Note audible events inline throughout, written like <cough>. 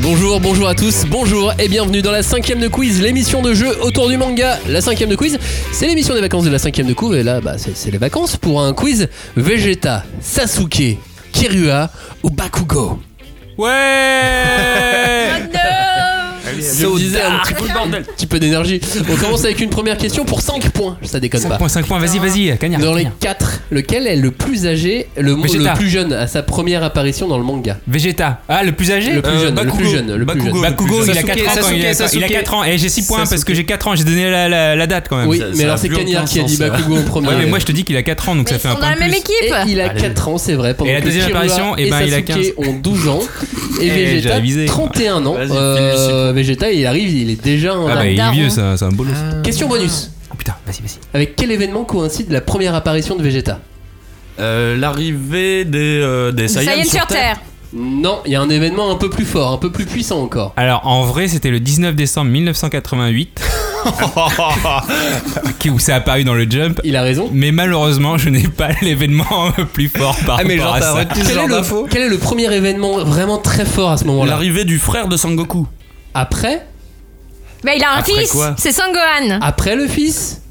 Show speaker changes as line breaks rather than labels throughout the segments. Bonjour, bonjour à tous, bonjour et bienvenue dans la cinquième de quiz, l'émission de jeu autour du manga. La cinquième de quiz, c'est l'émission des vacances de la cinquième de couve et là, bah, c'est c'est les vacances pour un quiz Vegeta, Sasuke, Kirua ou Bakugo.
<laughs> Ouais Je
So
me disais un
dark.
petit peu le bordel.
Un petit peu d'énergie. On commence avec une première question pour 5 points, ça déconne pas.
5 points, 5 points, vas-y, vas-y, Cagnard.
Dans les
Cagnard.
4, lequel est le plus âgé, le, mo-
Vegeta.
le plus jeune à sa première apparition dans le manga
Vegeta. Ah, le plus âgé
Le plus
Euh,
jeune, le
Bakugo.
plus jeune, le plus
Bakugo.
jeune.
Bakugo, il a
Sasuke,
4 ans quand il a-
Sasuke,
il a 4 ans. Et j'ai 6 points parce que
Sasuke.
j'ai 4 ans, j'ai donné la, la- la date quand même.
Oui,
ça-
mais
ça
alors
a
c'est
plus
Cagnard
aucun
qui a dit
sens, ça.
Bakugo en premier.
Ouais, mais moi je te dis qu'il a 4 ans donc ça
Mais ils
fait un
sont dans
point.
la
de
même
plus.
Et
équipe
il a
Allez.
4 ans, c'est vrai. Pendant
Et la
que
deuxième
Kirua
apparition, eh ben,
et
il a
Sasuke
15.
ont 12
<laughs>
ans. Et
Eh, j'ai
Vegeta,
révisé.
31 ans.
Vas-y,
Euh, Vegeta, il arrive, il est déjà un.
Ah bah il est
Daron. Ah.
vieux, ça- c'est un boulot.
Question bonus.
Oh putain, vas-y, vas-y.
Avec quel événement coïncide la première apparition de Vegeta
Euh, L'arrivée des, euh, des Saiyans
Saiyan sur Terre.
Non, il y a un événement un peu plus fort, un peu plus puissant encore.
Alors en vrai, c'était le 19 décembre 1988 <laughs>
<laughs>
<laughs>
qui- où ça a apparu dans le Jump.
Il a raison.
Mais malheureusement, je n'ai pas <laughs> l'événement plus fort par
Ah, mais
rapport
genre,
à
t'as
ça.
retenu ce
Quel est,
genre
le,
d'info
quel est le premier événement vraiment très fort à ce moment-là
L'arrivée du frère de Sangoku.
Après
Bah, il a un
Après
fils,
quoi
c'est Sangohan.
Après le fils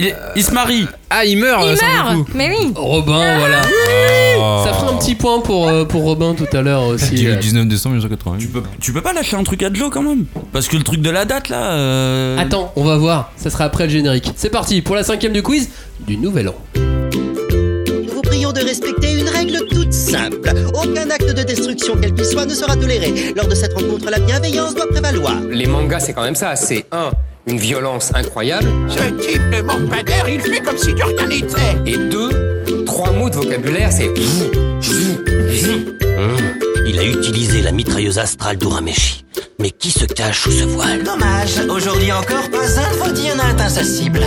Il, il se marie.
Ah, il meurt
il meurt Mais oui
Robin, voilà. Ça fera un petit point pour, euh, pour Robin tout à l'heure aussi.
Ah.
euh,
Le 19 décembre 1988.
Tu peux, tu peux pas lâcher un truc à Joe quand même Parce que le truc de la date là. euh,
Attends, on va voir, ça sera après le générique. C'est parti pour la cinquième du quiz du Nouvel An.
Nous vous prions de respecter une règle toute simple. Aucun acte de destruction, quel qu'il soit, ne sera toléré. Lors de cette rencontre, la bienveillance doit prévaloir.
Les mangas, c'est quand même ça. C'est un, une violence incroyable.
Ce type ne manque pas d'air, il fait comme si de rien n'était.
Et deux, trois mots de vocabulaire, c'est.
Il a utilisé la mitrailleuse astrale d'Urameshi. Mais qui se cache sous ce voile
Dommage, aujourd'hui encore, pas un fauteuil n'a atteint sa cible.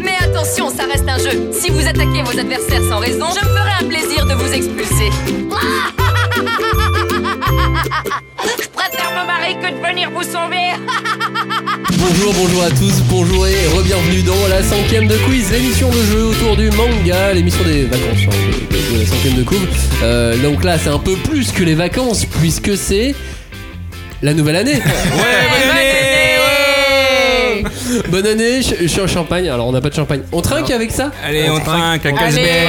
Mais attention, ça reste un jeu. Si vous attaquez vos adversaires sans raison, je me ferai un plaisir de vous expulser. <laughs> je préfère me marier que de venir vous sauver.
Eh,
Bonjour, bonjour à tous, bonjour et re-bienvenue dans la cinquième de quiz, l'émission de jeu autour du manga, l'émission des vacances, hein, de, de la cinquième de couve. Euh, donc là, c'est un peu plus que les vacances, puisque c'est la nouvelle
<laughs>
année. Bonne année, je, je suis en champagne, alors on n'a pas de champagne. On trinque avec ça
Allez, on trinque, la
Allez.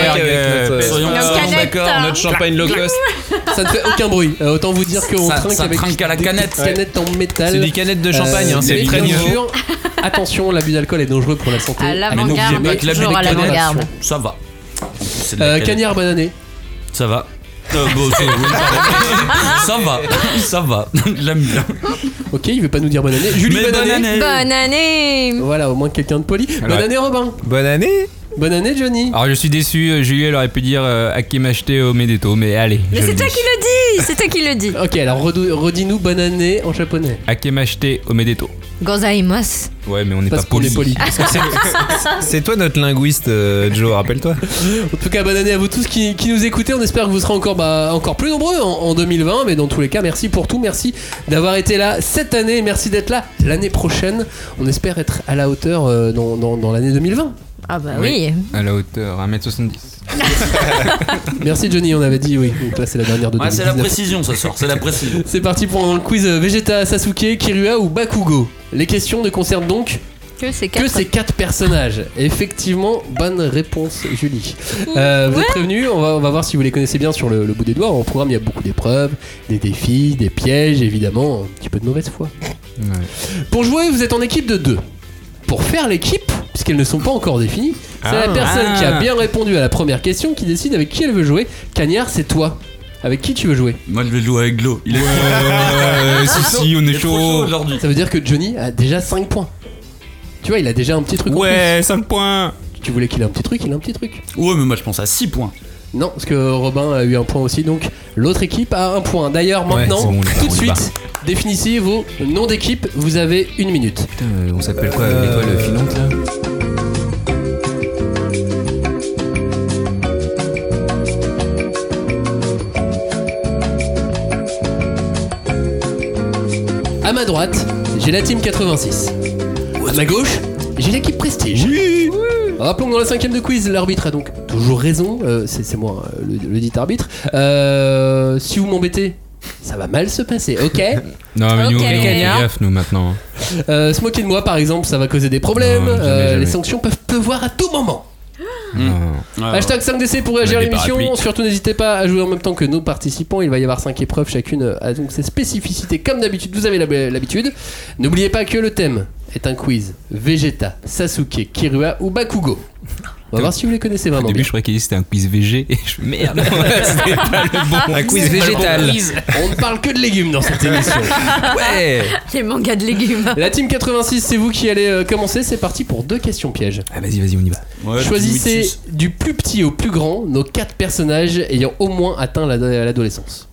Carlsberg.
Soyons
Nos
soyons
canettes, hein.
champagne low cost.
Ça ne fait aucun bruit. Euh, autant vous dire qu'on
Ça-
trinque
ça
avec
trinque à la
des
canette.
petites canettes en métal.
C'est des canettes de champagne,
Euh,
hein, c'est
mais
très
bien
mieux.
sûr, <laughs> Attention, l'abus d'alcool est dangereux pour la santé.
À
Mais n'oubliez pas
l'avant-garde,
que la
Ah, toujours à l'avant-garde.
Ça va. C'est de la
Euh,
canette.
Cagnard, bonne année.
Ça va. Euh, bon, c'est- oui,
<laughs>
ça va. Ça va. <laughs> Ça va. J'aime bien.
Ok, il veut pas nous dire bonne année. Julie,
Mais
bonne, année.
Bonne année
Voilà, au moins quelqu'un de poli. bonne
Alors-
année, Robin.
Bonne année
Bonne année, Johnny.
Alors je suis déçu, euh, Julie elle aurait pu dire euh, à qui m'acheter au Médéto, mais allez.
Mais c'est toi qui le dis C'est toi qui
<laughs>
le dis
Ah.
Ok, alors redou- redis-nous bonne année en japonais.
À qui m'acheter au Médéto.
Gonzaimos.
Ouais, mais on n'est pas
Parce qu'on
poli.
est poli.
<laughs>
C'est toi notre linguiste, euh, Joe, rappelle-toi.
En tout cas, bonne année à vous tous qui, qui nous écoutez. On espère que vous serez encore, bah, encore plus nombreux en, en 2020. Mais dans tous les cas, merci pour tout. Merci d'avoir été là cette année. Merci d'être là l'année prochaine. On espère être à la hauteur euh, dans, dans- dans l'année 2020.
Ah bah oui,
À la hauteur, 1m70.
Merci, Johnny. On avait dit oui. Donc là, c'est la dernière de
Ouais, c'est la
2019.
précision ce soir. C'est la précision.
C'est parti pour un quiz euh, Vegeta, Sasuke, Kirua ou Bakugo. Les questions ne concernent donc
que c'est
que
quatre.
ces quatre personnages. Effectivement, bonne réponse, Julie. Euh, vous êtes prévenus, on va, on va voir si vous les connaissez bien sur le, le bout des doigts. En programme, il y a beaucoup d'épreuves, des défis, des pièges, évidemment, un petit peu de mauvaise foi. Pour jouer, vous êtes en équipe de deux. Pour faire l'équipe, puisqu'elles ne sont pas encore définies, c'est la
Ah.
personne qui a
Ah.
bien répondu à la première question qui décide avec qui elle veut jouer. Cagnard, c'est toi. Avec qui tu veux jouer
Moi, je vais jouer avec Glo. Il est
Euh, si, si, on
il
est
est trop chaud
chaud.
aujourd'hui.
Ça veut dire que Johnny a déjà 5 points. Tu vois, il a déjà un petit truc. en
Ouais, 5 points.
plus. Tu voulais qu'il ait un petit truc, il a un petit truc.
Ouais, mais moi, je pense à 6 points.
Non, parce que Robin a eu un point aussi, donc l'autre équipe a un point. D'ailleurs,
Ouais,
maintenant,
c'est bon, on y va,
tout de
on y va.
suite, définissez vos noms d'équipe. Vous avez une minute.
Putain, euh, on s'appelle quoi
Euh,
L'étoile filante là
À ma droite, j'ai la team 86. À ma gauche, j'ai l'équipe Prestige. Rappelons que dans la cinquième de quiz, l'arbitre a donc toujours raison. Euh, c'est c'est moi, hein, le, le dit arbitre. Euh, si Euh, vous m'embêtez, ça va mal se passer, ok
Non, mais nous,
Ok.
on fait gaffe, nous, maintenant.
Euh, Se moquer de moi, par exemple, ça va causer des problèmes.
Non, jamais,
Euh,
jamais.
Les sanctions peuvent pleuvoir à tout moment.
Hmm.
Ah,
Hashtag 5DC pour réagir à
des
l'émission.
parapluies.
Surtout, n'hésitez pas à jouer en même temps que nos participants. Il va y avoir 5 épreuves, chacune a donc ses spécificités. Comme d'habitude, vous avez l'hab- l'habitude. N'oubliez pas que le thème est un quiz Vegeta, Sasuke, Kirua ou Bakugo. On va voir si vous les connaissez
Au
vraiment.
début,
bien.
je croyais qu'il c'était un quiz VG. Et je merde. c'était pas le bon.
Un quiz végétal.
On ne parle que de légumes dans cette
<laughs>
émission.
Ouais.
Les mangas de légumes.
La team 86, c'est vous qui allez euh, commencer. C'est parti pour deux questions pièges.
Ah, vas-y, vas-y, on y va.
ouais,
Choisissez
8-6.
du plus petit au plus grand nos quatre personnages ayant au moins atteint la- l'adolescence.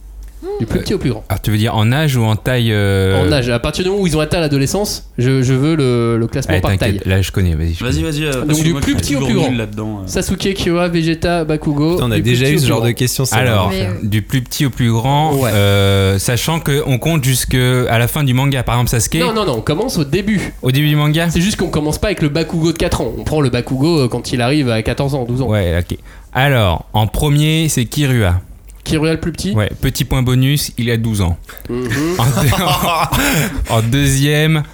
Du plus petit au plus grand.
Alors, tu veux dire en âge ou en taille euh,
En âge, à partir du moment où ils ont atteint l'adolescence, je, je veux le, le classement
Allez,
par taille.
t'inquiète. Là, je connais, vas-y. je
Vas-y, vas-y. euh, parce
Donc,
que
du
moi,
plus
je suis
petit au
toujours
plus grand.
nul là-dedans. euh.
Sasuke, Kyoa, Vegeta, Bakugo.
Putain, on a
du plus
déjà
petit
eu
au
ce
plus
genre
grand.
de questions. ça
Alors,
va.
Mais, euh,
du plus petit au plus grand,
Ouais.
euh, sachant qu'on compte jusque à la fin du manga. Par exemple, Sasuke,
Non, non, non, on commence au début.
au début du manga
C'est juste qu'on commence pas avec le Bakugo de 4 ans. On prend le Bakugo euh, quand il arrive à 14 ans, 12 ans.
Ouais, ok. Alors, en premier, c'est Kirua.
Kirua le plus petit.
Ouais, petit point bonus, il a 12 ans.
Mhm.
En, en deuxième,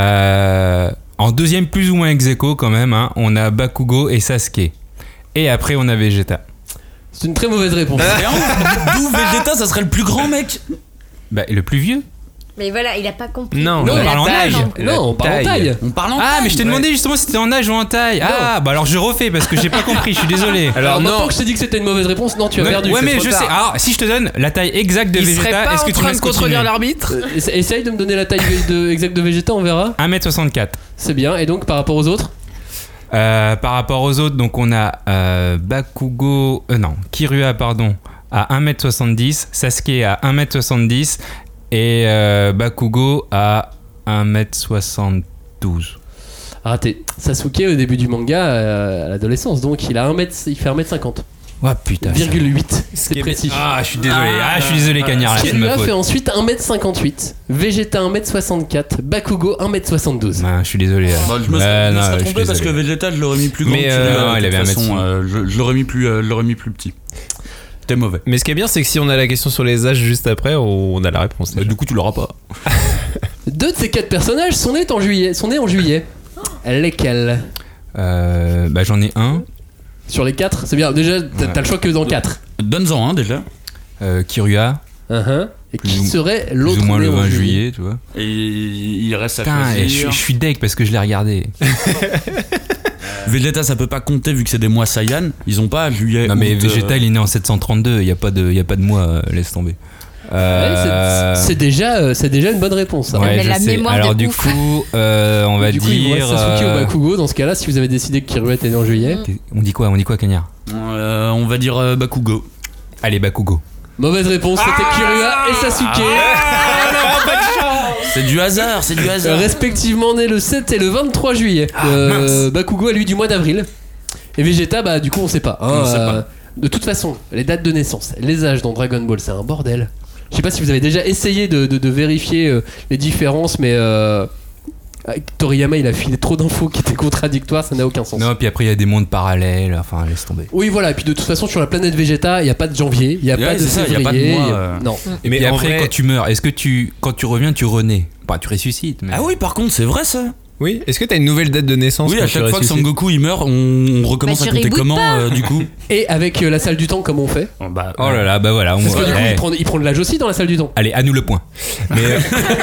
euh, en deuxième plus ou moins ex aequo quand même, hein, on a Bakugo et Sasuke. Et après, on a Vegeta.
C'est une très mauvaise réponse.
Mais en-
D'où Vegeta, ça serait le plus grand mec
Bah, et le plus vieux
Mais voilà, il a pas compris.
Non,
Non,
on
la
parle en
taille.
âge.
Non, on parle en taille.
On parle en
Ah, mais je t'ai
taille,
demandé justement si t'étais en âge ou en taille. Ah, bah alors je refais parce que j'ai pas compris, je suis désolé.
Alors,
Alors,
maintenant
non.
que je t'ai dit que c'était une mauvaise réponse, non, tu as
Ouais,
perdu.
ouais,
c'est
mais
trop
je
tard.
sais. Ah, si je te donne la taille exacte de
Il serait
Vegeta,
pas
est-ce que tu
en train
me
de
laisses
contredire
continuer
l'arbitre
Euh, essa- Essaye de me donner la taille de, exacte de Vegeta, on verra.
1m64.
C'est bien. Et donc, par rapport aux autres
Euh, par rapport aux autres, donc on a euh, Bakugo, euh, non, Kirua, pardon, à 1m70, Sasuke à 1m70 et euh, Bakugo à 1m72.
Raté. Ah, Sasuke, au début du manga, euh, à l'adolescence, donc il a 1 mètre, il fait 1m50.
Oh putain. ça-
0,8. C'est précis.
Ah, je suis désolé. Ah,
Ah,
je suis désolé,
ah,
Cagnard. là, c'est de ma
Kirua
faute.
fait ensuite 1m58, Vegeta 1m64, Bakugo 1m72.
Ben, je suis désolé. là.
Bah, je
Ouais,
me serais, je me
non,
serais
je suis
trompé parce que
désolé.
Vegeta, je l'aurais mis plus grand.
Mais,
que
euh,
celui-là,
non, il
de toute
avait un mètre
façon,
cent.
euh, je, je l'aurais mis plus, euh, je l'aurais mis plus petit. T'es mauvais.
Mais ce qui est bien, c'est que si on a la question sur les âges juste après, on on a la réponse.
Bah,
déjà.
coup, tu l'auras pas.
Deux de ces quatre personnages sont nés en juillet. Sont nés en juillet.
Ah.
Lesquels
Euh, bah, j'en ai un.
Sur les quatre C'est bien. Déjà, t'as
Ouais.
t'as le choix que dans quatre.
Donne-en un déjà.
euh, Kirua,
Uhum. Uh-huh. Et qui
ou-
serait
plus
l'autre
ou moins
né
le
en
20 juillet, tu vois.
Et il reste à
Putain, et je,
choisir.
je suis deg parce que je l'ai regardé.
Vegeta, ça peut pas compter vu que c'est des mois Saiyan. Ils ont pas juillet.
Non mais
août,
Vegeta
euh,
il est né en 732, il y a pas de y a pas de mois, euh, laisse tomber. Euh,
Ouais, c'est- c'est déjà, euh, c'est déjà une bonne réponse. hein.
ouais,
mais
je
la
sais.
mémoire
Alors
de
du
ouf.
coup, euh, on va
du coup, il
dire
vous reste Sasuke
euh,
ou Bakugo dans ce cas-là si vous avez décidé que Kirua était né en juillet.
on dit quoi On dit quoi Cagnard
euh, on va dire euh, Bakugo.
Allez Bakugo.
Mauvaise réponse, c'était
Ah
Kirua et Sasuke.
C'est du hasard, c'est du <laughs>
Euh,
hasard.
respectivement nés le 7 et le 23 juillet.
Ah,
Euh, Bakugo est lui du mois d'avril. Et Vegeta, bah du coup on sait pas. hein,
On sait pas.
de toute façon, les dates de naissance, les âges dans Dragon Ball, c'est un bordel. Je sais pas si vous avez déjà essayé de, de- de vérifier euh, les différences, mais euh, Toriyama il a filé trop d'infos qui étaient contradictoires, ça n'a aucun sens.
Non, puis après il y a des mondes parallèles, enfin laisse tomber.
Oui, voilà, et puis de toute façon, sur la planète Vegeta, il n'y a pas de janvier, il n'y a,
Ouais,
pas de
c'est ça, il y
février.
a pas de mois,
il y a-
euh.
Non.
Et puis
en
après
vrai-
quand tu meurs, est-ce que tu quand tu reviens tu renais Bah tu ressuscites mais
Ah oui, par contre, c'est vrai ça.
Oui, est-ce que t'as une nouvelle date de naissance
Oui,
quand
à
tu
chaque fois que
ressuscites
Sangoku il meurt, on, on recommence
Bah, tu
à compter
rebootes
comment euh, du
<laughs>
coup
Et avec euh, la salle du temps, comme on fait
Bah,
Oh là là, bah voilà, on
Parce que du coup,
Eh,
ils prennent, ils prennent de l'âge aussi dans la salle du temps.
Allez, à nous le point. Mais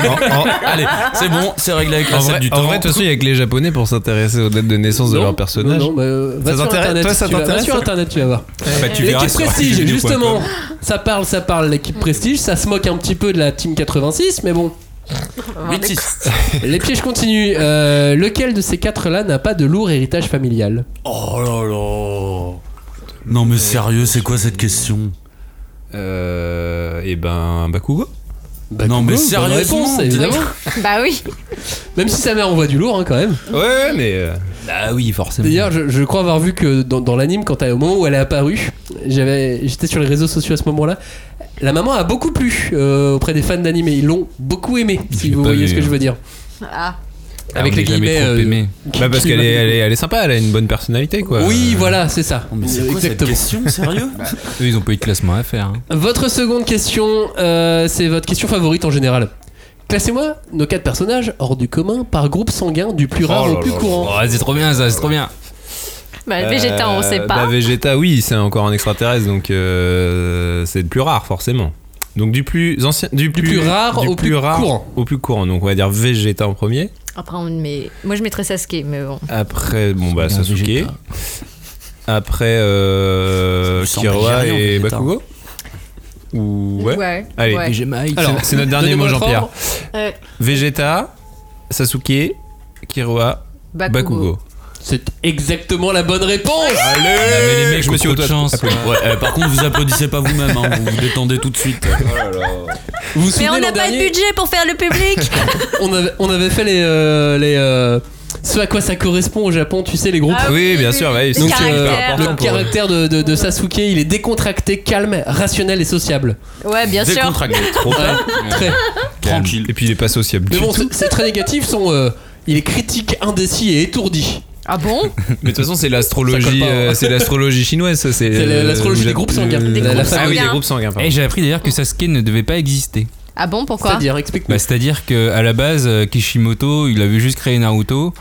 En- en-
Allez, c'est bon, c'est réglé avec la
En
recette
vrai,
du
en
temps.
vrai, de toute façon, il y a que les Japonais pour s'intéresser aux dates de naissance de
Non,
leurs personnages.
non, non, mais, euh, va
Ça
sur
t'intéresse-
Internet,
toi, ça
tu vas- va
t'intéresse,
sur
ça
internet, tu vas voir.
bah, tu verras
L'équipe
sur
Prestige,
vidéo.com.
justement. Ça parle, ça parle, l'équipe Prestige. Ça se moque un petit peu de la Team 86, mais
<laughs>
bon.
Métis.
Les pièges continuent. Euh, lequel de ces quatre-là n'a pas de lourd héritage familial
Oh là là. Non mais sérieux, c'est quoi cette question
Euh, et ben Bakugo.
Bah,
Non,
Kugo,
mais
bonne
sérieusement,
réponse,
t'es- <laughs>
évidemment.
<laughs> Bah oui.
Même si sa mère envoie du lourd, hein, quand même.
Ouais, mais euh,
Ah oui, forcément.
D'ailleurs, je, je crois avoir vu que dans, dans l'anime, quand elle, au moment où elle est apparue, j'avais, j'étais sur les réseaux sociaux à ce moment-là. La maman a beaucoup plu euh, auprès des fans d'anime. Ils l'ont beaucoup aimé, si
J'ai
vous
pas
voyez
vu,
ce que je
hein.
veux dire.
Ah.
Ah,
Avec
on
les
est jamais
guillemets.
trop
euh,
aimé.
Bah parce qu'elle est, elle est, elle est sympa, elle a une bonne personnalité quoi.
Oui, voilà, c'est ça.
Mais c'est quoi cette
Exactement.
question <laughs> Sérieux
Eux, ils ont pas eu de classement à faire. hein.
Votre seconde question, euh, c'est votre question favorite en général. Classez-moi nos quatre personnages hors du commun par groupe sanguin du plus rare au plus courant.
Oh, c'est trop bien ça, c'est trop bien.
Bah, Vegeta, on
Euh,
sait
Bah,
pas.
Vegeta, oui, c'est encore un extraterrestre, donc euh, c'est le plus rare, forcément. Donc du plus ancien, du plus,
plus rare
du
au plus
rare
courant.
au plus courant. Donc on va dire Vegeta en premier.
Après, on met... moi je mettrais Sasuke, mais bon.
Après, bon bah
bien,
Sasuke.
Vegeta.
Après euh,
Ça me semble
Killua
rien,
et
Vegeta.
Bakugo. Ou ouais. Allez,
ouais.
Alors, Ah, c'est notre dernier
donnez-moi
mot,
votre
Jean-Pierre.
ordre.
Euh,
Vegeta, Sasuke, Kirua,
Bakugo.
Bakugo.
C'est exactement la bonne réponse.
Ah, mais les mecs,
je me suis
ont trop de
auto-
chance.
appelé.
Ouais, euh, par contre, vous applaudissez pas vous-même, hein, vous vous détendez tout de suite.
Vous vous souvenez
Mais on n'a
l'an
pas le
dernier,
budget pour faire le public
on avait, on avait fait les. euh, les euh, ce à quoi ça correspond au Japon, tu sais, les groupes.
Ah
Oui,
oui,
bien
oui,
sûr,
oui.
ouais,
Le
ils sont
Donc,
super
caractère.
importants
le
pour-
caractère de, de- de Sasuke, il est décontracté, calme, rationnel et sociable.
Ouais, bien sûr.
Décontracté.
Trop
Ouais, très.
Tranquille.
Et puis il est pas sociable.
Mais
du
bon,
tout.
c'est c'est très négatif, son, euh, il est critique, indécis et étourdi.
Ah bon
Mais de toute façon, c'est
Ça colle
l'astrologie,
pas, hein.
euh,
<laughs>
c'est l'astrologie chinoise, ça. C'est
C'est
euh,
l'astrologie
vous
des
êtes-
groupes sanguins.
euh,
Des
la-
groupes
Ah oui,
sanguins.
des groupes sanguins. pardon.
Et j'ai appris d'ailleurs que Sasuke ne devait pas exister.
Ah bon, pourquoi
C'est-à-dire, explique-moi.
Bah, c'est-à-dire que à la base, euh, Kishimoto, il avait juste créé Naruto.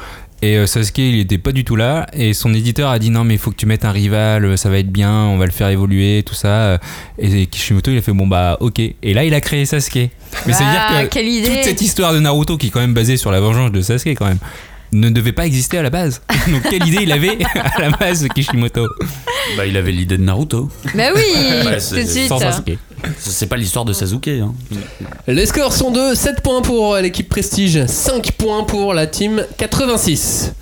Et euh, Sasuke, il était pas du tout là. Et son éditeur a dit non, mais il faut que tu mettes un rival, euh, ça va être bien, on va le faire évoluer, tout ça. euh, Et Kishimoto, il a fait bon bah ok. Et là, il a créé Sasuke. Mais
Ah,
c'est-à-dire que
quelle idée
toute cette histoire de Naruto, qui est quand même basée sur la vengeance de Sasuke, quand même, ne devait pas exister à la
<laughs>
base. Donc quelle idée il avait à la base, Kishimoto
Bah, il avait l'idée de Naruto.
Bah oui,
Ouais,
tout de
c'est-
suite.
Sans Sasuke.
C'est pas l'histoire de Sasuke. Hein.
Les scores sont de 7 points pour l'équipe Prestige, 5 points pour la team 86.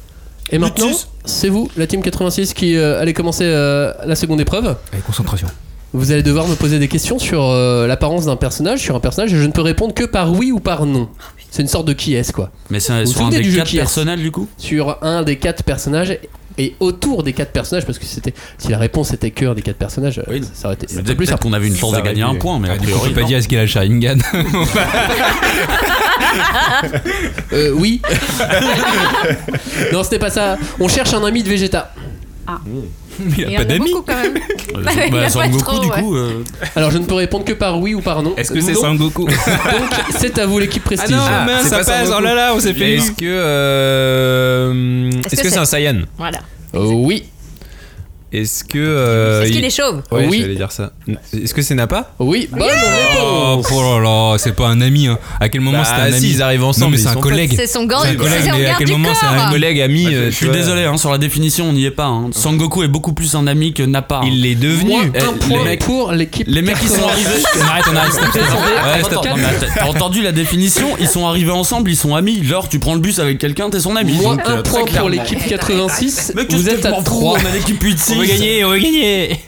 Et maintenant,
Lutus.
c'est vous, la team 86, qui euh, allez commencer euh, la seconde épreuve.
Avec concentration.
Vous allez devoir me poser des questions sur euh, l'apparence d'un personnage, sur un personnage, et je ne peux répondre que par oui ou par non. C'est une sorte de qui est-ce, quoi.
Mais c'est
Vous
sur un
souvenez
des
du jeu
quatre
qui est
personnages du coup
Sur un des 4 personnages et autour des 4 personnages, parce que c'était si la réponse était que un des 4 personnages, euh,
Oui.
ça- ça aurait été
Je
un
me
peu
disais
plus
peut-être
simple.
qu'on avait une chance de gagner un point, mais a
Je
priori.
pas
non.
dire est-ce qu'il a le Sharingan.
Euh, oui. <laughs> non, c'était pas ça. On cherche un ami de Vegeta.
Il y en a beaucoup quand même. <laughs>
Euh,
Bah, il y
bah,
a pas
Son Goku,
trop,
du
ouais.
coup. euh,
Alors je ne peux répondre que par oui ou par non.
Est-ce que c'est
Non.
Sangoku
Donc c'est à vous l'équipe prestige.
Ah,
mince,
c'est
ça
pas
passe,
Sangoku.
oh là là, on s'est
Et
fait
Est-ce que euh, est-ce que c'est un Saiyan
Voilà.
Euh, oui,
Est-ce que euh,
Est-ce qu'il
il-
est chauve
Ouais,
Oui.
j'allais dire ça. Est-ce que c'est Nappa
oui, bonne
Oh,
réponse.
oh là là, c'est pas un ami. Hein. À quel moment
Bah,
c'est un
si,
ami
ils arrivent ensemble,
Non, mais
ils
c'est un
sont Ah,
collègue.
C'est son gang,
C'est un collègue,
c'est son
mais à
garde
quel
du
moment
corps Ah,
c'est un euh,
Collègue, ami.
Je suis désolé, hein, sur la définition, on n'y est pas. hein. Son Goku est beaucoup plus un ami que Nappa. hein.
Il l'est
Moins
devenu.
un
euh,
Eh, les
point
mecs-
pour l'équipe.
Les mecs, ils sont
86.
arrivés. On <laughs> arrête, on arrête, stop, stop, stop. Ouais, stop. Non, mais attends, T'as entendu la définition Ils sont arrivés ensemble, ils sont amis. Genre, tu prends le bus avec quelqu'un, t'es son ami.
Moins
Donc,
un
euh,
point
très clair.
pour l'équipe 86.
Mec, qu'est-ce
Vous
que
êtes
je
à
m'en fous,
3.
On a l'équipe 8-6.
On va gagner, on va gagner.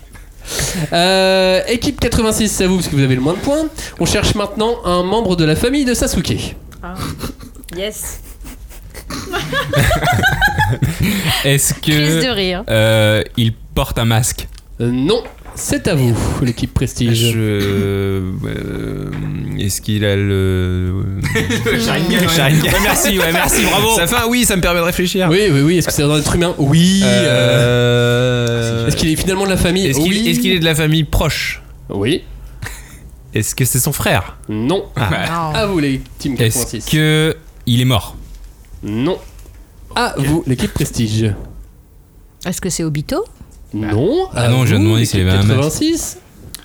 Euh, équipe 86, c'est à vous parce que vous avez le moins de points. On cherche maintenant un membre de la famille de Sasuke.
Yes.
Est-ce
Crise de
que
rire.
euh, il porte un masque
Euh, non, c'est à vous l'équipe prestige.
Je- euh, Est-ce qu'il a <laughs> le
Sharingan. Ouais, merci, ouais, merci, bravo.
Ça fait un oui, ça me permet de réfléchir.
Oui, oui, oui. Est-ce que c'est un être humain Oui. euh,
Euh,
Est-ce qu'il est finalement de la famille
Est-ce qu'il
Oui.
est-ce qu'il est de la famille proche
Oui.
Est-ce que c'est son frère
Non.
Ah.
À vous les team
Est-ce
86.
que il est mort
Non. À vous, l'équipe Prestige.
Est-ce que c'est Obito
Non.
Ah
à
non, je
vous,
demandais s'il
l'équipe
avait un masque.
86.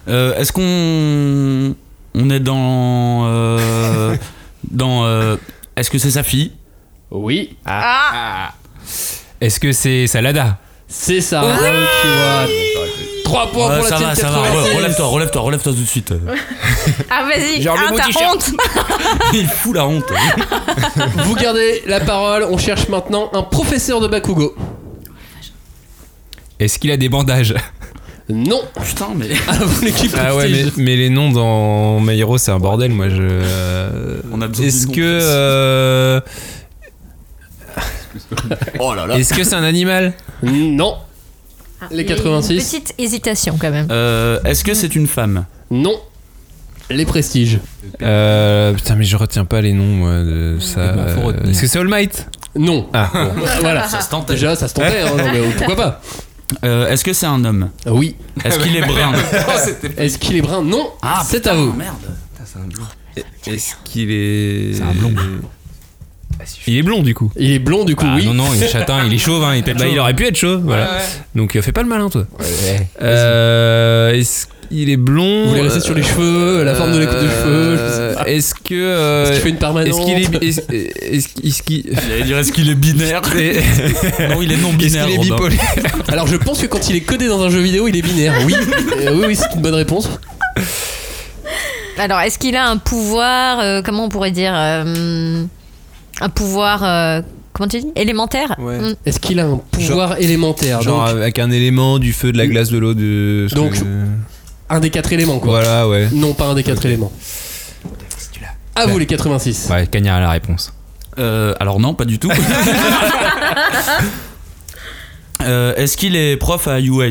Euh, Est-ce qu'on. On est dans. euh, dans. euh, Est-ce que c'est sa fille
Oui.
Est-ce que c'est Salada
C'est ça. bravo, tu vois. 3 points
Ouais,
pour la
Euh, Ça
team
va, ça va.
86.
Ouais, Relève-toi, relève-toi, relève-toi tout de <laughs> suite.
Ah vas-y,
Genre le
ah,
mot
t'as
t-shirt.
honte
Il fout la honte.
Vous gardez la parole. On cherche maintenant un professeur de Bakugo.
Est-ce qu'il a des bandages
Non.
Putain, mais.
À vous, l'équipe
Ah ouais, mais,
Prestige.
mais les noms dans My Hero, c'est un bordel, moi je. euh,
On a besoin
Est-ce
de
que. euh,
Oh là là.
Est-ce que c'est un animal
Non. Les 86.
Petite hésitation quand même.
Euh, Est-ce que c'est une femme
Non. Les Prestiges.
Euh, Putain, mais je retiens pas les noms, moi, de ça.
Eh ben, faut
Euh,
retenir.
Est-ce que c'est All Might
Non.
Ah,
bon. <laughs> voilà.
Ça se tentait.
Déjà, ça se tentait. hein, non, mais
<laughs>
pourquoi pas
Euh, Est-ce que c'est un homme
Oui.
Est-ce qu'il est brun
Est-ce qu'il est brun Non.
Ah,
c'est à vous.
Est-ce qu'il est.
C'est un blond.
Il est blond du coup.
Il est blond du coup,
Ah
oui.
non, non, il est châtain, il est chauve,
<laughs>
hein, il peut être
Bah,
chauve.
il aurait pu être chaud, voilà.
Ouais,
Donc euh, fais pas le malin toi. Euh, est-ce qu'il est blond
Vous voulez rester sur les cheveux, la forme de la coupe de cheveux. je sais
Euh,
pas.
Est-ce que. euh,
Est-ce qu'il fait une permanente
Est-ce qu'il est. Est-ce est-ce- est-ce qu'il.
J'allais dire, est-ce qu'il est binaire <laughs> Non, il est non
Est-ce
binaire.
qu'il est
Robin.
bipolaire
<laughs> Alors je pense que quand il est codé dans un jeu vidéo, il est binaire.
<laughs>
Oui, Euh, oui, oui, c'est une bonne réponse.
Alors, est-ce qu'il a un pouvoir, euh, comment on pourrait dire, euh, un pouvoir, euh, comment tu dis, élémentaire
Ouais.
Mm.
Est-ce qu'il a un pouvoir élémentaire
Genre euh,
Donc,
avec un élément, du feu, de la glace, de l'eau, de. ce
Donc,
que-
un des quatre éléments, quoi.
Voilà, ouais.
Non, pas un des quatre éléments. À vous les 86.
Ouais, Cagnard a la réponse.
Euh, alors non, pas du
<laughs>
tout. <laughs> Euh, Est-ce qu'il est prof à UA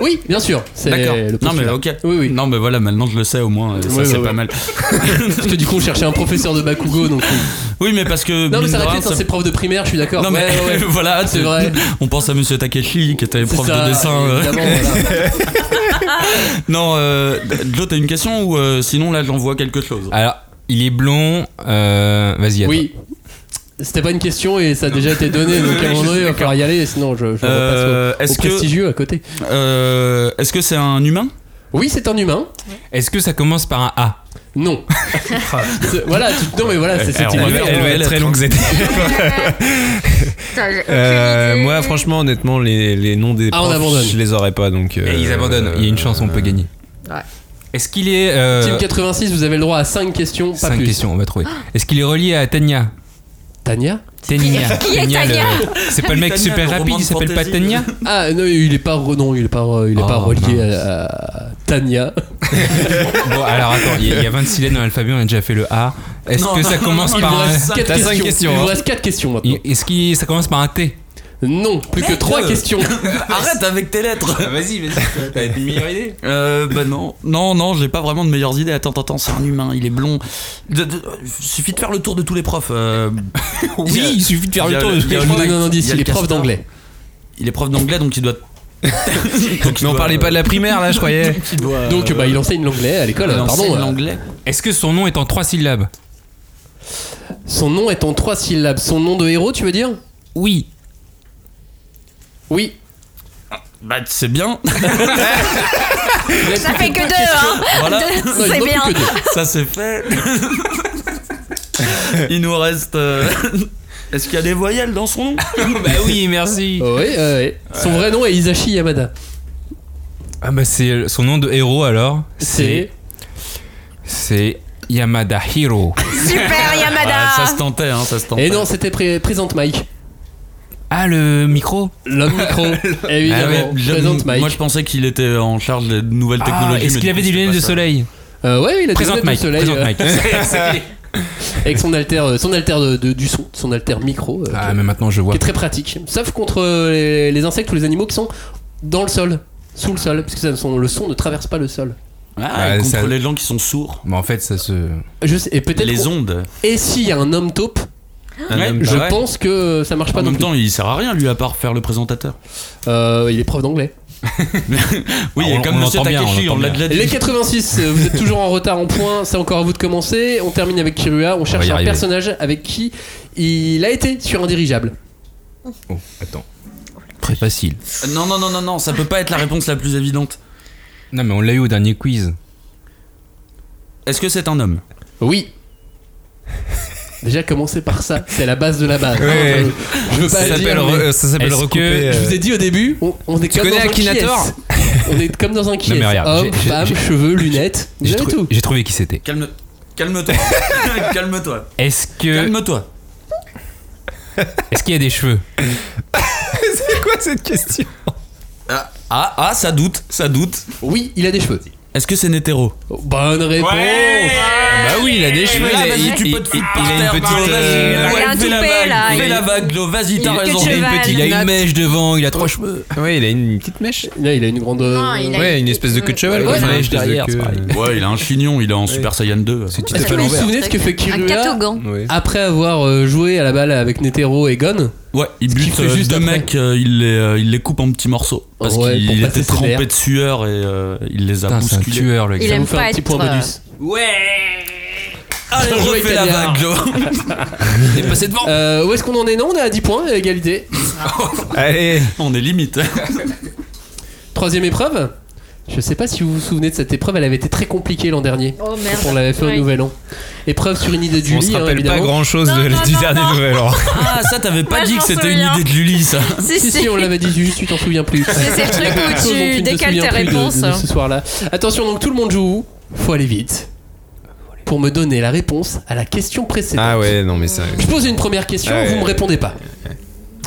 Oui, bien sûr. C'est
D'accord.
le
Non mais
postulat.
ok.
Oui, oui.
Non mais voilà, maintenant je le sais au moins. euh, Ça
Oui,
c'est
oui,
pas
oui.
mal.
Parce que du coup, on cherchait un professeur de Bakugo,
<laughs>
donc. oui.
Oui mais parce que.
Non, mais
mine
ça
de rien,
répète, hein,
ça-
c'est prof de primaire, je suis d'accord.
Non mais <laughs>
Ouais, ouais, ouais.
voilà,
C'est
tu-
vrai.
<laughs> On pense à Monsieur Takeshi qui était
C'est
prof
ça,
de dessin.
<laughs>
euh.
évidemment,
<laughs>
voilà.
Non, euh, Joe, t'as une question ou euh, sinon là j'en vois quelque chose.
Alors, il est blond, euh, vas-y, à toi.
Oui. C'était pas une question et ça a déjà été donné,
<laughs>
donc à un moment donné, il va falloir y aller, sinon je, je
Euh,
repasse au, au
est-ce que-
prestigieux à côté.
Euh, Est-ce que c'est un humain
Oui, c'est un humain.
Est-ce que ça commence par un A
<laughs>
Non.
Ah.
C'est- voilà, tu, non mais voilà, c'est cette
Elle,
on va
idée.
va-
faire-
elle
on
va
va
être
la
très
prendre.
longue cette
Putain, j'ai aucune
Euh,
idée.
moi, franchement, honnêtement, les, les noms des
Ah, on
profs,
abandonne.
je les aurais pas donc. <laughs> euh,
Et ils abandonnent, il y a une chance, on peut gagner.
Ouais.
Est-ce qu'il est. euh,
Team 86, vous avez le droit à 5 questions, pas
5
plus.
questions, on va trouver. Est-ce qu'il est relié à Tania
Tania
Tania.
Qui est
Tania,
Tania
le- C'est pas le mec
Tania,
super
le
rapide,
roman
il
de
s'appelle pas
fantasy.
Tania
Ah non, il est pas re- non, il est pas re- il est
Oh,
Ah,
pas relié à, à Tania.
Bon, alors attends, il y, a- il y a 26 lettres dans l'alphabet, on a déjà fait le A. Est-ce
Non,
que
non,
ça commence
non,
Il vous
par un.
reste 4
T'as
questions.
cinq
il vous
questions. hein.
reste 4 questions maintenant.
Il- Est-ce que ça commence par un T
Non, plus que 3
euh.
questions.
Arrête avec tes lettres <laughs>
Vas-y, vas-y, t'as une meilleure idée
Euh, bah non, non, non, j'ai pas vraiment de meilleures idées. Attends, attends, attends, c'est un humain, il est blond. De- de- suffit de faire le tour de tous les profs. euh, il y a-
suffit de
faire le tour de-
Je
Il y a
vous
le
donne
Max,
un indice,
il y a
il
le
est prof
Castor.
d'anglais.
il est prof d'anglais donc il doit. donc
Mais on
<laughs>
parlait pas de la primaire là, je croyais.
Euh,
Donc bah il enseigne l'anglais à l'école, euh, pardon. euh,
l'anglais.
Est-ce que son nom est en 3 syllabes
Son nom est en 3 syllabes. Son nom de héros, tu veux dire
Oui.
Oui.
Bah c'est bien.
Ça fait que deux, hein
Voilà.
Deux,
Non, il
C'est
n'en a
bien.
plus que deux.
Ça c'est fait. il nous reste. euh, Est-ce qu'il y a des voyelles dans son nom
Bah oui, merci.
Oh, Oui, oui. Son vrai nom est Isashi Yamada.
Ah bah c'est son nom de héros alors.
C'est
C'est Yamada Hiro.
Super, Yamada
Ah, Ça se tentait, hein, ça se tentait.
Et non, c'était pré- présente
<laughs>
Mike.
Ah le micro
L'homme micro.
Ah ouais,
Évidemment.
j'avoue,
présente Mike.
Moi je pensais qu'il était en charge des nouvelles
Ah,
technologies.
Est-ce
mais
qu'il
du
avait
coup,
des
c'est
lunettes
pas
de
ça.
soleil
Euh, ouais, oui, il a des
Présente
lunettes
Mike.
de soleil
Présente
euh,
Mike. <laughs>
avec son alter, euh, son alter de, de- du son, son alter micro, euh,
Ah
qui,
mais maintenant je
qui
vois.
est très pratique. Sauf contre euh, les, les insectes ou les animaux qui sont dans le sol, sous le sol, parce que ça, son- le son ne traverse pas le sol.
Ah,
Ouais,
contre
ça-
les gens qui sont sourds.
Bon Bah, en fait ça se.
Je sais, et peut-être.
Les
qu'on-
ondes.
Et s'il y a un homme taupe,
Un
Ouais,
homme
Bah
je
ouais.
pense que euh, ça marche pas
en
non
même
plus.
temps, il sert à rien lui à part faire le présentateur.
Euh, il est prof d'anglais.
Oui,
Ah,
et
on-
comme
on
Monsieur
l'entend bien,
Takeshi,
on
on l'a
l'entend
déjà dit.
Les 86, euh, vous êtes toujours en retard en points, c'est encore à vous de commencer. On termine avec Kirua, on cherche
y
un
arriver.
personnage avec qui il a été sur un dirigeable.
Oh attends. Très facile.
Euh, Non, non, non, non, non, ça peut pas être la réponse la plus évidente.
Non mais on l'a eu au dernier quiz.
Est-ce que c'est un homme
Oui. Déjà commencer par ça, c'est la base de la base.
Ouais.
Je, je veux pas
Ça
dire,
s'appelle
mais
re- euh, ça s'appelle
Est-ce
recouper.
que-
euh,
je vous ai dit au début, on, on est comme
connais
dans un qui
Akinator
<laughs>
est. On est comme dans un qui
Non, mais
est.
regarde,
Homme,
j'ai- j'ai-
femme,
j'ai-
cheveux, lunettes, vous
J'ai
avez
trou-
tout.
j'ai trouvé qui c'était.
Calme. Calme-toi. Calme-toi.
Est-ce que
Calme-toi.
est-ce qu'il y a des cheveux
<laughs> C'est quoi cette question
Ah, ah, ah, ça doute, ça doute.
Oui, il a des cheveux.
Est-ce que c'est Netero
Bonne réponse.
Bah
oui, il a des cheveux.
Là,
il a-
vas-y,
il-
tu
il-
peux te foutre
il
par
a une
terre,
petite,
Marlon, vas-y,
euh,
ouais,
Il a un
fais la
toupet,
vague,
là,
Fais
il-
la vague, Glo, vas-y,
Il
t'as
a que
raison.
de cheval.
petite- il a une mèche devant, il a trois
Oh.
cheveux. Ouais, il a une petite mèche.
Là, il a une grande. euh,
Non, il a-
Ouais, une espèce de queue de cheval.
Ouais,
quoi.
ouais,
Enfin,
ouais,
une espèce de
derrière,
queue,
c'est pareil.
euh,
Ouais, il a un chignon, il est en Super Saiyan 2.
C'est
Est-ce
tout à fait
que vous vous
l'envers.
souvenez de ce que fait
Un
Kirua
catogan.
Ouais.
après avoir euh, joué à la balle avec Netero et Gon
Ouais, il
Ce qu'il
bute
fait
euh,
juste
deux
après.
mecs, euh, il, les, euh, il les coupe en petits morceaux. Parce
Ouais, pour
qu'il
passer
était
ses
trempé
verres.
de sueur et euh, il les a
Putain, c'est un
bousculés.
tueur, le
Il
gars.
Ça
aime
vous fait
pas
un petit
être,
point
euh,
bonus.
Allez,
Jouer
refais la
cagnard.
vague, Glo. Il est passé devant.
Euh, où est-ce qu'on en est Non, on est à 10 points, à égalité.
Allez,
Eh. On est limite.
Troisième épreuve. Je sais pas si vous vous souvenez de cette épreuve, elle avait été très compliquée l'an dernier.
Oh
Quand
merde.
on l'avait fait
Ouais.
au Nouvel An. Épreuve sur une idée du
euh, on
lit,
se
hein,
rappelle pas
évidemment.
grand chose
Non, non,
du
non,
dernier
non.
nouvel an.
Ah, ça, t'avais pas
Moi,
dit
je
que
m'en
c'était une
souviens.
idée de Lully, ça.
Si,
Si,
si.
si, on l'avait dit juste, tu t'en souviens plus.
C'est le truc où
Tout le monde,
tu
ne te
décales
souviens
tes
plus de- de-
réponses.
de ce soir-là. Attention, donc tout le monde joue. Faut aller vite. Pour me donner la réponse à la question précédente.
Ah ouais, non mais ça.
Je pose une première question,
Ouais.
vous me répondez pas.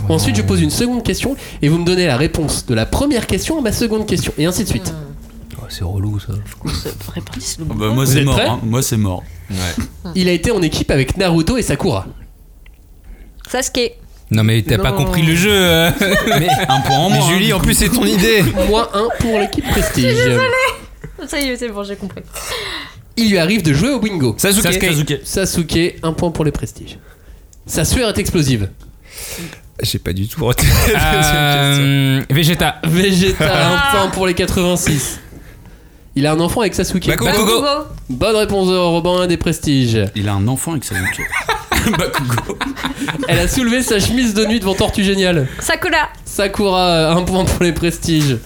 Ensuite, je pose une seconde question et vous me donnez la réponse de la première question à ma seconde question, et ainsi de suite.
Ah. Oh, c'est relou ça.
Bah, moi,
Vous
c'est
êtes
mort.
prêts
hein. Moi, c'est mort.
Il a été en équipe avec Naruto et Sakura.
Sasuke.
Non, mais t'as pas compris le jeu. euh.
Un point en
Mais
moins. hein,
Julie, en plus, c'est ton idée.
Moins 1 pour l'équipe Prestige.
Ça y est, c'est bon, j'ai compris.
Il lui arrive de jouer au bingo.
Sasuke.
Sasuke.
Sasuke, un point pour les Prestiges. Sa sueur est explosive.
J'ai pas du tout retenu. la deuxième question.
Euh, Vegeta.
<laughs>
Vegeta, un point pour les 86. Il a un enfant avec Sasuke.
Bakugo.
Bonne-
Gogo.
Gogo.
Bonne réponse de Robin des Prestiges.
Il a un enfant avec Sasuke. Bakugo.
Elle a soulevé sa chemise de nuit devant Tortue Géniale.
Sakura.
Sakura, un point pour les prestiges.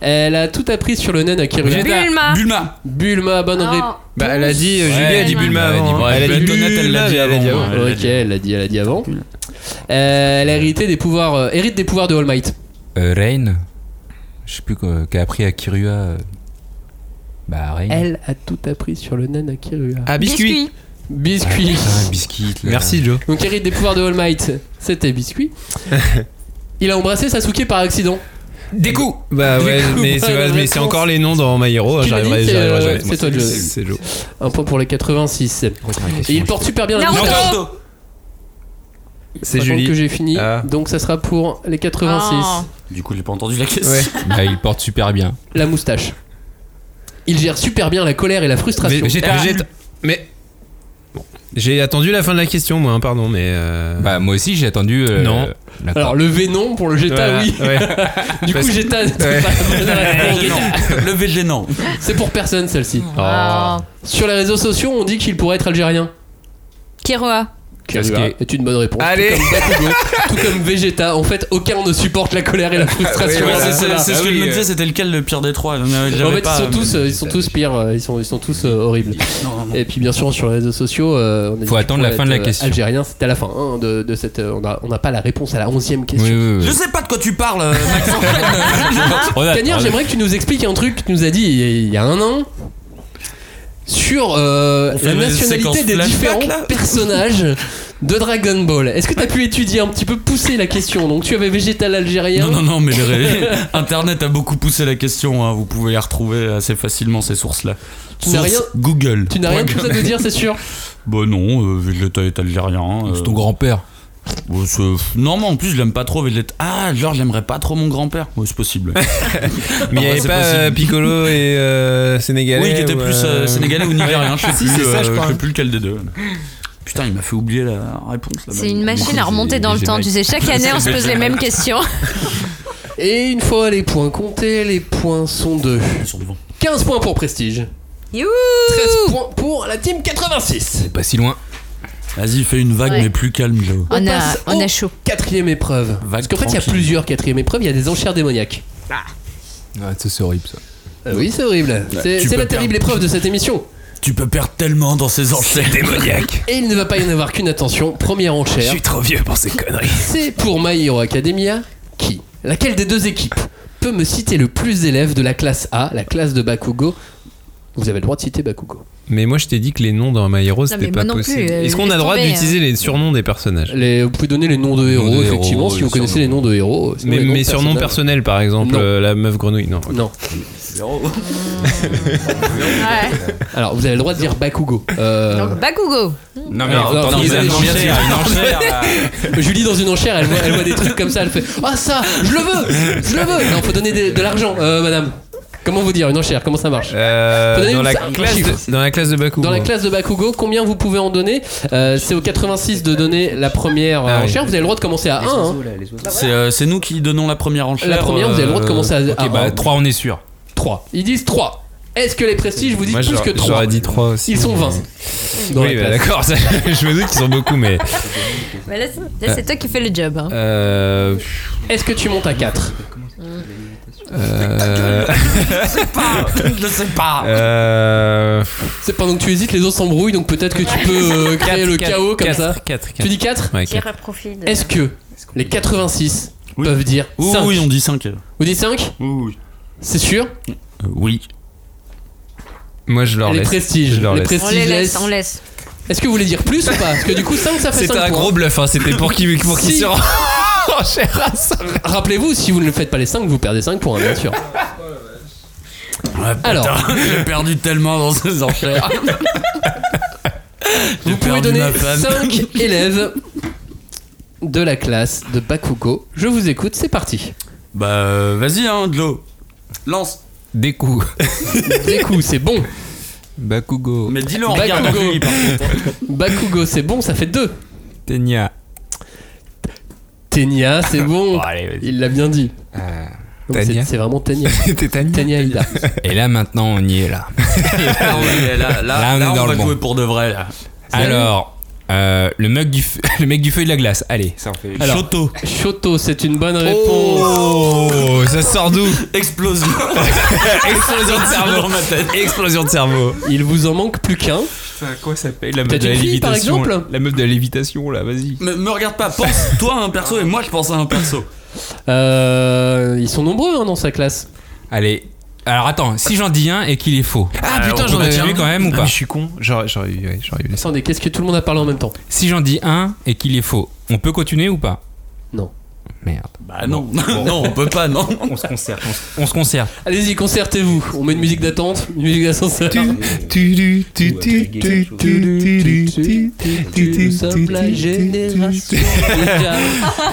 Elle a tout appris sur le nain à Kirua.
Vegeta.
Bulma.
Bulma.
Bulma, bonne
Oh.
réponse.
Bah, elle a dit, euh,
Ouais,
Julie a dit
non.
Bulma
Ouais,
avant.
Ah. elle
hein.
a dit
Elle a dit
Bulma.
Bulma,
Elle l'a dit
elle a dit
avant.
avant.
elle l'a
ok,
dit.
elle l'a dit, elle l'a dit avant. Euh, elle a hérité des pouvoirs, euh, hérite des pouvoirs de All Might.
Euh, Rain. Je sais plus quoi. Qui a appris à Kirua. euh. Bah, Rain.
Elle a tout appris sur le nain à Kirua.
Ah, biscuit.
Biscuit.
Ah, biscuit. là.
<laughs> Merci Joe.
Donc hérite des pouvoirs de All Might, c'était
<laughs>
Biscuit. Il a embrassé Sasuke par accident.
Des coups. Bah ouais,
coups,
mais c'est
bonne
ouais, mais c'est
réponse.
encore les noms dans My Hero. hein,
Qui l'a
J'arriverai
dit, c'est,
j'arriverai
euh,
jamais.
c'est
Moi,
toi, Joe.
C'est Joe.
Un point pour les 86. Et il porte super bien la
Naruto.
musique.
Naruto.
C'est
Par contre que
Julie.
j'ai fini,
Ah.
donc ça sera pour les 86.
Oh.
Du coup, j'ai pas entendu la question.
Ouais.
Bah, il porte super bien.
la moustache. Il gère super bien la colère et la frustration.
Vegeta. Vegeta. Mais Bon. j'ai attendu la fin de la question, moi. hein, Pardon, mais. euh,
Bah, moi aussi, j'ai attendu. euh,
Non.
d'accord.
Alors le V non pour le Geta
voilà,
oui.
ouais.
Du
Parce
coup
que-
Geta c'est
Ouais.
pas la bonne <laughs> réponse.
Le VG, non.
C'est pour personne celle-ci.
Oh.
Sur les réseaux sociaux on dit qu'il pourrait être algérien.
Kirua.
Qu'est-ce qui est une bonne réponse.
Allez.
Tout comme, Bakugo, tout comme Vegeta, en fait aucun ne supporte la colère et la frustration.
Ah Oui, voilà.
C'est
C'est
ça.
c'est ce
Ah
que
oui,
je me
euh.
disais, c'était lequel le pire des trois En fait,
En fait, ils sont tous, euh, ils sont tous pires, euh, ils sont, ils sont tous euh, horribles.
Non, non, non.
Et puis bien sûr sur les réseaux sociaux, euh, on a dit
Faut
qu'il
attendre la
pourrait
fin de la
être, euh,
question.
Algérien, c'était à la fin hein, de, de cette. euh, on n'a on a pas la réponse à la onzième question.
Oui, oui, oui.
Je sais pas de quoi tu parles, euh, Max.
On a-
Cagnard,
on a-
j'aimerais que tu nous expliques un truc que tu nous as dit il y a, il y a un an sur euh,
On fait
la
une
nationalité
séquence
des
flashback,
différents
là <laughs>
personnages de Dragon Ball. Est-ce que tu as pu étudier un petit peu, pousser la question Donc tu avais végétal algérien.
Non, non, non, mais les
<laughs>
ré- Internet a beaucoup poussé la question. hein. Vous pouvez les retrouver assez facilement, ces sources-là.
Tu n'as
Source
rien-
Google.
Tu n'as rien de
Point
tout
com.
à nous dire, c'est sûr.
Bah non, euh, Vegeta est algérien. euh,
C'est ton grand-père.
bon, c'est- non, mais en plus, je l'aime pas trop, Vegeta. Ah, genre, j'aimerais pas trop mon grand-père. Oui, c'est possible.
Mais il
<laughs>
En
n'y
vrai,
avait
c'est
pas
possible.
euh, Piccolo et euh, <laughs> Sénégalais.
oui, qui était
ou,
plus euh,
euh,
sénégalais ou nigérien.
<laughs>
Je sais
Si,
plus,
c'est ça,
euh,
je crois.
sais plus lequel des deux. Putain, il m'a fait oublier la réponse. là-bas.
C'est une machine à remonter dans le temps. Tu sais, chaque année, on se pose les mêmes questions.
Et une fois les points comptés, les points sont de
Ils sont devant.
15 points pour Prestige, 13
Youhou
points pour la team 86.
C'est pas si loin.
Vas-y, fais une vague,
Ouais.
mais plus calme, Joe.
On
on a,
passe
on
au-
a chaud.
Quatrième épreuve.
Vague
Parce qu'en fait, il y a
tranquille.
plusieurs quatrième épreuves. Il y a des enchères démoniaques.
Ouais, ça, c'est horrible ça.
Euh, oui, c'est horrible. C'est
tu
c'est
peux
la terrible épreuve de cette émission.
Tu peux perdre tellement dans ces enchères démoniaques.
Et il ne va pas y en avoir qu'une attention. Première enchère,
trop vieux pour ces conneries.
c'est pour My Hero Academia. Qui Laquelle des deux équipes peut me citer le plus d'élèves de la classe A, la classe de Bakugo Vous avez le droit de citer Bakugo.
Mais moi, je t'ai dit que les noms dans My Hero,
mais
c'était
moi
pas
non plus,
possible.
euh,
Est-ce qu'on a
laisse
le droit
tomber,
d'utiliser les surnoms des personnages
Les- vous pouvez donner les noms de
Noms
héros,
de héros,
effectivement, si
les
vous connaissez les
surnoms.
noms de héros. euh, sinon
mais,
les noms
mais
de
surnoms
personnages.
personnels, par exemple,
Non.
euh, la meuf grenouille, non.
Non.
Zéro.
Alors, vous avez le droit de dire Bakugo. Euh,
Bakugo.
Non, mais
Alors,
attends,
non,
ils
vous
avaient
avez
une
changé.
enchère, une enchère,
<laughs>
là.
Julie dans une enchère, elle voit, elle voit des trucs comme ça, elle fait Ah ça, je le veux, je le veux. Non, faut donner des- de l'argent, euh, madame. Comment vous dire une enchère Comment ça marche
Euh,
Faut donner
dans,
une-
la
un
classe
chiffre.
de, dans la classe de Bakugo.
Dans la classe de Bakugo, combien vous pouvez en donner Euh, C'est au 86 de donner la première euh,
Ah oui.
enchère. Vous avez le droit de commencer à 1.
C'est euh, c'est nous qui donnons la première enchère.
La première, vous avez le
euh,
droit de commencer à- à-
Ok, bah 3, on est sûr.
3. Ils disent 3. Est-ce que les prestiges vous disent
Moi,
plus
j'aurais-
que 3
j'aurais dit 3 aussi.
Ils sont 20. dans
Eh
oui,
la
ben,
bah,
classe.
d'accord. ça- je me doute qu'ils sont beaucoup, mais.
Mais là, c'est- là, c'est toi qui fais le job. hein.
Euh,
Est-ce que tu montes à 4
euh,
<laughs> Je sais pas.
euh,
C'est pendant que tu hésites, les autres s'embrouillent, donc peut-être que tu peux euh, créer le chaos comme ça.
4,
Tu dis 4
Ouais,
Tire
quatre.
à profit de-
Est-ce que les 86
Oui.
peuvent dire
Oui,
5
oui, on dit 5.
Vous dites 5
Oui.
C'est sûr
Euh, Oui.
Moi, je leur
Les
laisse.
prestiges.
Je leur
les
laisse.
prestiges
On les laisse,
laissent.
on laisse.
Est-ce que vous voulez dire plus ou pas Parce que du coup 5 ça fait 5
C'était
points.
un gros bluff, hein, c'était pour qu'ils pour qu'ils
Si.
se <laughs> Oh, rendent en chair à ça.
Rappelez-vous, si vous ne le faites pas les 5, vous perdez 5 points, bien
<laughs>
sûr. Alors,
Ah, <laughs> J'ai perdu tellement dans ces enchères.
vous pouvez
perdu
donner
ma femme.
5 élèves de la classe de Bakugo. Je vous écoute, c'est parti.
Bah, euh, vas-y, hein, de l'eau. Lance.
Des coups.
Des coups, c'est bon.
Bakugo.
Mais dis-le en
Bakugo.
regardant lui, par contre.
Bakugo, c'est bon, ça fait 2.
Tenya.
Tenya, c'est bon.
Bon, allez, vas-y. <laughs>
Il l'a bien dit.
Euh,
Donc, c'est-
Tenya.
C'est vraiment Tenya.
Tétanie.
Tenya Ida.
Et là, maintenant, on y est là.
Là, on est- là, là,
Là, on est
là, on
dans
va
le bon.
jouer pour de vrai. Là.
Alors, euh, le, mec du feu- <laughs> le mec du feu et de la glace. Allez, ça on
<laughs>
fait.
Alors,
Choto.
Shoto, c'est une bonne réponse.
Oh, ça
<laughs>
sort d'où
<laughs>
Explosion. Explosion de cerveau dans ma tête.
Explosion de cerveau.
Il vous en manque plus qu'un.
Putain, quoi ça s'appelle la
T'as
meuf de
une
la
fille, par
lévitation
exemple
La meuf de la lévitation, là, vas-y.
Me, me regarde pas, pense toi à un perso et moi je pense à un perso.
Euh, ils sont nombreux hein, dans sa classe.
Allez. Alors attends, si j'en dis un et qu'il est faux.
Ah
putain, j'en avais un.
quand même ou
Ah,
pas
mais je
suis con. J'aurais eu, j'aurais eu les
Attendez, qu'est-ce que tout le monde a parlé en même temps
Si j'en dis un et qu'il est faux, on peut continuer ou pas
Non.
Merde.
Bah non, non, <laughs> on peut pas, non.
On se concerte. On se, on se concerte.
Allez-y, concertez-vous. On met une musique d'attente, une musique d'ascenseur. Nous sommes la génération ninja.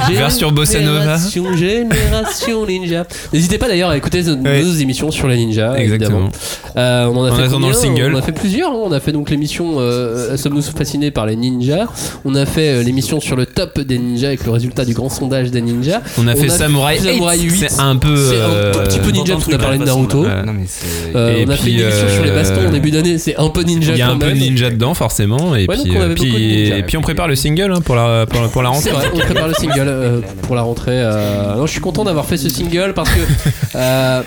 <laughs> Version bossa nova.
Génération, génération ninja. N'hésitez pas d'ailleurs à écouter nos,
Ouais.
nos émissions sur les ninjas.
Exactement.
évidemment. Euh, on en a
En
fait
attendant
combien
le single.
On a fait plusieurs. hein. On a fait donc l'émission euh, Sommes-nous fascinés par les ninjas On a fait euh, l'émission sur le top des ninjas avec le résultat du grand sondage des ninjas.
On a
On
fait
a fait
Samurai
Samurai
8.
huit.
C'est un peu.
C'est un tout petit peu ninja parce qu'on a parlé de Naruto.
Euh,
mais c'est.
Euh,
Et
on a fait une
puis,
émission sur les bastons
euh,
en début d'année, c'est un peu ninja
Il y a
quand
un peu
même.
de ninja dedans, forcément. Et
Ouais, donc
puis,
on avait
euh,
beaucoup de
puis-
ninja.
et puis on prépare le single hein, pour la pour la- pour la <laughs>
C'est
rentrée. Bah,
vrai, on prépare le single euh, pour la rentrée. euh, Non, je suis content d'avoir fait ce single parce <laughs> que euh,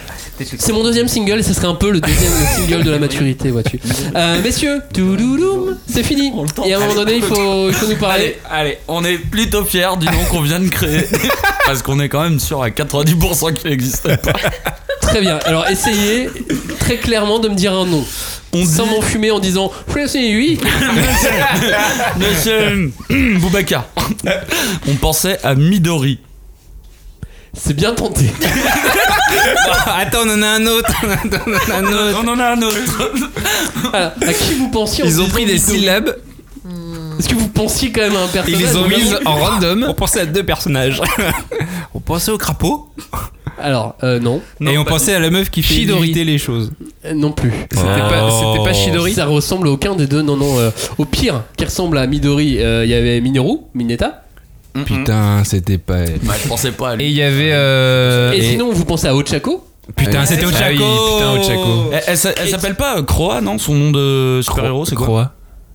c'est mon deuxième single et ce serait un peu le <laughs> deuxième single de la maturité, vois-tu. Euh, messieurs, toulouloum, c'est fini. Et à un moment donné, il faut, il faut nous parler.
Allez, allez, on est plutôt fiers du nom qu'on vient de
<laughs>
créer. Parce qu'on est quand même sûr à 90% qu'il n'existe pas.
Très bien. Alors essayez très clairement de me dire un nom.
On
Sans
dit-
m'enfumer en disant Flashy, oui.
<laughs>
Monsieur hum, Boubacar. On pensait à Midori.
C'est bien
<laughs>
tenté.
<laughs> Attends, on en a un autre. <laughs> Attends, on en a un autre.
On en a un autre.
Voilà. À qui vous pensiez en
Ils ont
disant
pris des
Midori
syllabes
Est-ce que vous pensiez quand même à un
et ils
personnage
les ont
vraiment
mises en random.
On pensait à deux personnages. on pensait au crapaud.
Alors, euh, non.
et on pensait à la meuf qui fait
Chidori.
irriter les choses.
Euh, Non plus.
C'était pas, c'était
Oh.
pas Shidori.
Ça ressemble à aucun des deux, non, non. euh, au pire, qui ressemble à Midori, euh, il y avait Minoru, Mineta.
Oh, Putain, c'était pas elle.
Bah, je pensais pas à lui.
Et il y avait. euh,
et,
et-
sinon, vous pensez à Ochako
Putain,
Ah,
c'était Ochako.
ah oui, putain, Ochako.
Elle, elle s'a- elle s'appelle pas euh, Croa, non Son nom de super-héros, c'est quoi
Croix.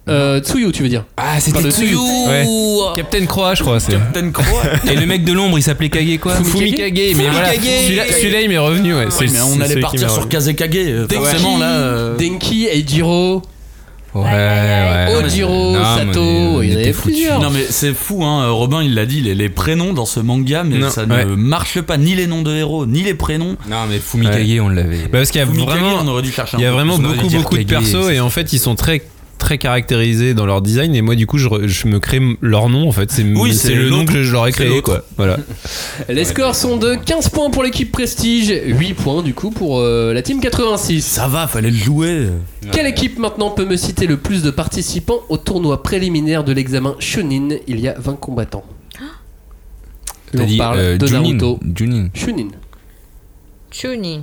euh, Tsuyu, tu veux dire
Ah,
Pas de
c'était
Tsuyu.
Ouais.
Captain Croix, je crois. c'est.
Captain
<laughs>
Croa.
Et le mec de l'ombre, il s'appelait Kage quoi
Fumikage
Fumikage, mais voilà.
Ah, Fumikage.
Celui-là, celui-là, il m'est revenu. Ouais. C'est-
Oui, mais
c'est
on
celui
allait
qui
partir
m'est
sur
revenu.
Kazekage. euh,
Denki,
Forcément, là. euh,
Denki, Eijiro,
Ouais, ouais.
Ojiro,
Non, mais
Sato,
on
il y en
était
avait
foutus.
plusieurs.
Non mais c'est fou hein, Robin il l'a dit, les, les prénoms dans ce manga, mais
Non,
ça
ouais.
ne marche pas, ni les noms de héros, ni les prénoms.
Non, mais Fumikage,
Ouais.
on l'avait.
Bah, parce qu'il y a
Fumikage,
vraiment.
on aurait dû chercher un
Il y a
peu
vraiment
plus.
Parce qu'on
beaucoup
avait dit
beaucoup de
Arcade,
persos
c'est-
et en fait ils sont très très caractérisés dans leur design et moi du coup je, re- je me crée m- leur nom en fait c'est m-
Oui,
c'est
c'est
le nom
l'autre.
que je, je leur ai
C'est
créé
l'autre.
quoi
<laughs>
voilà
Les scores sont de 15 points pour l'équipe Prestige, 8 points du coup pour euh, la team 86. Ça
va, fallait le jouer.
Quelle équipe maintenant peut me citer le plus de participants au tournoi préliminaire de l'examen Shonin Il y a 20 combattants.
T'as
On
dit,
parle
euh,
de
Junin,
Naruto.
Junin.
Chunin.
Chuni.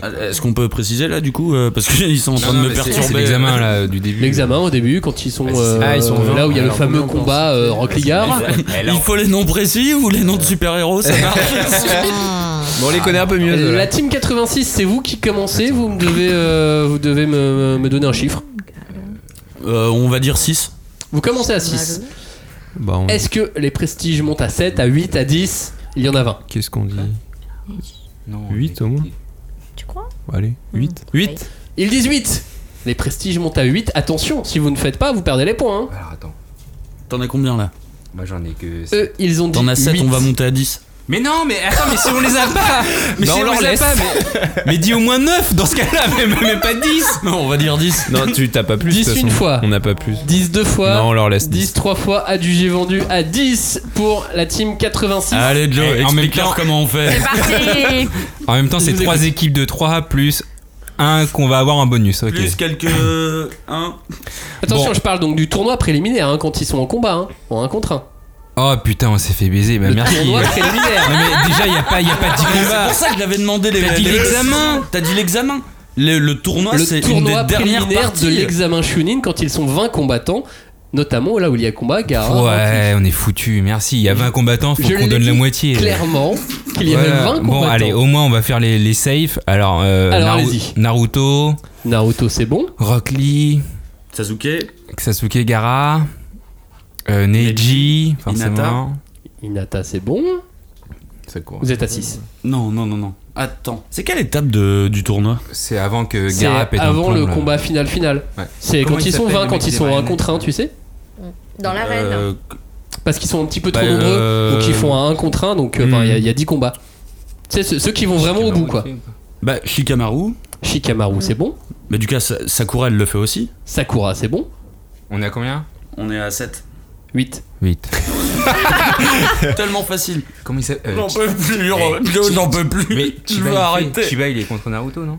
Ah, Est-ce qu'on peut préciser là du coup euh, Parce qu'ils sont en train
Non, non,
de me
mais c'est-
perturber.
c'est
<laughs>
l'examen, là, du début.
L'examen au début, quand ils sont, euh,
Ah, ils sont vingt.
là où il y a le
Alors,
fameux
combien on
combat euh, Rock Ligard.
<laughs>
Il faut les noms précis ou les noms
Euh.
de super-héros, ça
Hmm.
marche
Bon, on les connaît un peu mieux.
Euh,
ceux-là.
La team 86, c'est vous qui commencez, vous me devez, euh, vous devez me, me donner un chiffre.
Euh, on va dire 6.
Vous commencez à
Bah,
6.
bah,
Est-ce que les prestiges montent à 7, à 8, à 10 Il y en a 20.
Qu'est-ce qu'on dit 8 au moins
Tu crois
Allez, 8.
8 Ils disent 8 Les prestiges montent à 8. Attention, si vous ne faites pas, vous perdez les points. hein.
T'en as combien là
bah, Moi j'en ai que.
Eux, ils ont dit
T'en as 7,
huit.
on va monter à 10.
Mais non, mais attends, mais si on les a pas Mais
Bah,
si
on
on,
leur
les a
laisse.
pas, <laughs>
<laughs>
mais, mais dis au moins 9 dans ce cas-là, mais, mais pas 10
Non, on va dire 10.
<laughs> Non, tu t'as pas plus. de
10
toute
une
façon.
fois.
On n'a pas plus.
10 deux fois.
Non, on leur laisse
10, 3 fois. Adjugé vendu à 10 pour la team 86.
Allez Joe,
Eh, en même temps-
explique-leur comment on fait.
parti
En même temps, c'est
Je vous
3 équipes de 3 plus 1 qu'on va avoir en bonus, ok.
Plus quelques.
euh,
Un.
Attention,
Bon.
je parle donc du tournoi préliminaire hein, quand ils sont en combat, hein, en 1 contre 1.
Oh putain, on s'est fait baiser, bah
Le
merci.
tournoi Ah, préliminaire.
<laughs> Non, mais déjà, il a pas, y a pas de
C'est
combat.
pour ça que je l'avais demandé les
T'as dit
les-
l'examen.
T'as dit l'examen Le, le tournoi,
le
c'est une
tournoi
des dernières
préliminaire de
parties.
l'examen Shunin quand ils sont 20 combattants, notamment là où il y a combat, car
Ouais, on est foutu, merci. Il y a 20 combattants, faut
Je
qu'on
l'ai
donne la
dit
moitié.
clairement qu'il y avait
Voilà.
20
Bon,
combattants.
allez, au moins on va faire les, les safe. Alors, euh,
Alors,
Naru-
allez-y.
Naruto,
Naruto, c'est bon.
Rock Lee,
Sasuke,
Sasuke Gara, euh, Neji, forcément.
Inata, c'est bon.
C'est quoi
Vous êtes à 6.
Euh,
Non, non, non, non. Attends. C'est quelle étape de- du tournoi
C'est avant que
C'est
Gara pète un
avant
plomb,
le
là.
combat final final.
Ouais.
C'est
Comment
quand
il
ils sont
s'appelle,
20,
le
quand
mec
ils
des
sont 1
marionnettes
contre 1, tu sais
Dans l'arène.
Euh,
Parce qu'ils sont un petit peu trop
Bah,
nombreux,
euh,
donc ils font un 1 contre 1, donc euh,
hmm.
enfin, il y a- il y, a 10 combats. Tu sais, ceux, ceux qui vont vraiment au bout, quoi.
Bah, Shikamaru.
Shikamaru, c'est bon.
Mais du cas, Sa- Sakura, elle le fait aussi.
Sakura, c'est bon.
On a combien
On est à 7.
8.
8.
<laughs> Tellement facile.
Comment il
Euh,
s'appelle
J'en peux plus,
eh,
Joe, j'en peux plus.
Mais
<laughs> tu
Chiba,
vas
il fait-
arrêter.
Chiba, il est contre Naruto, non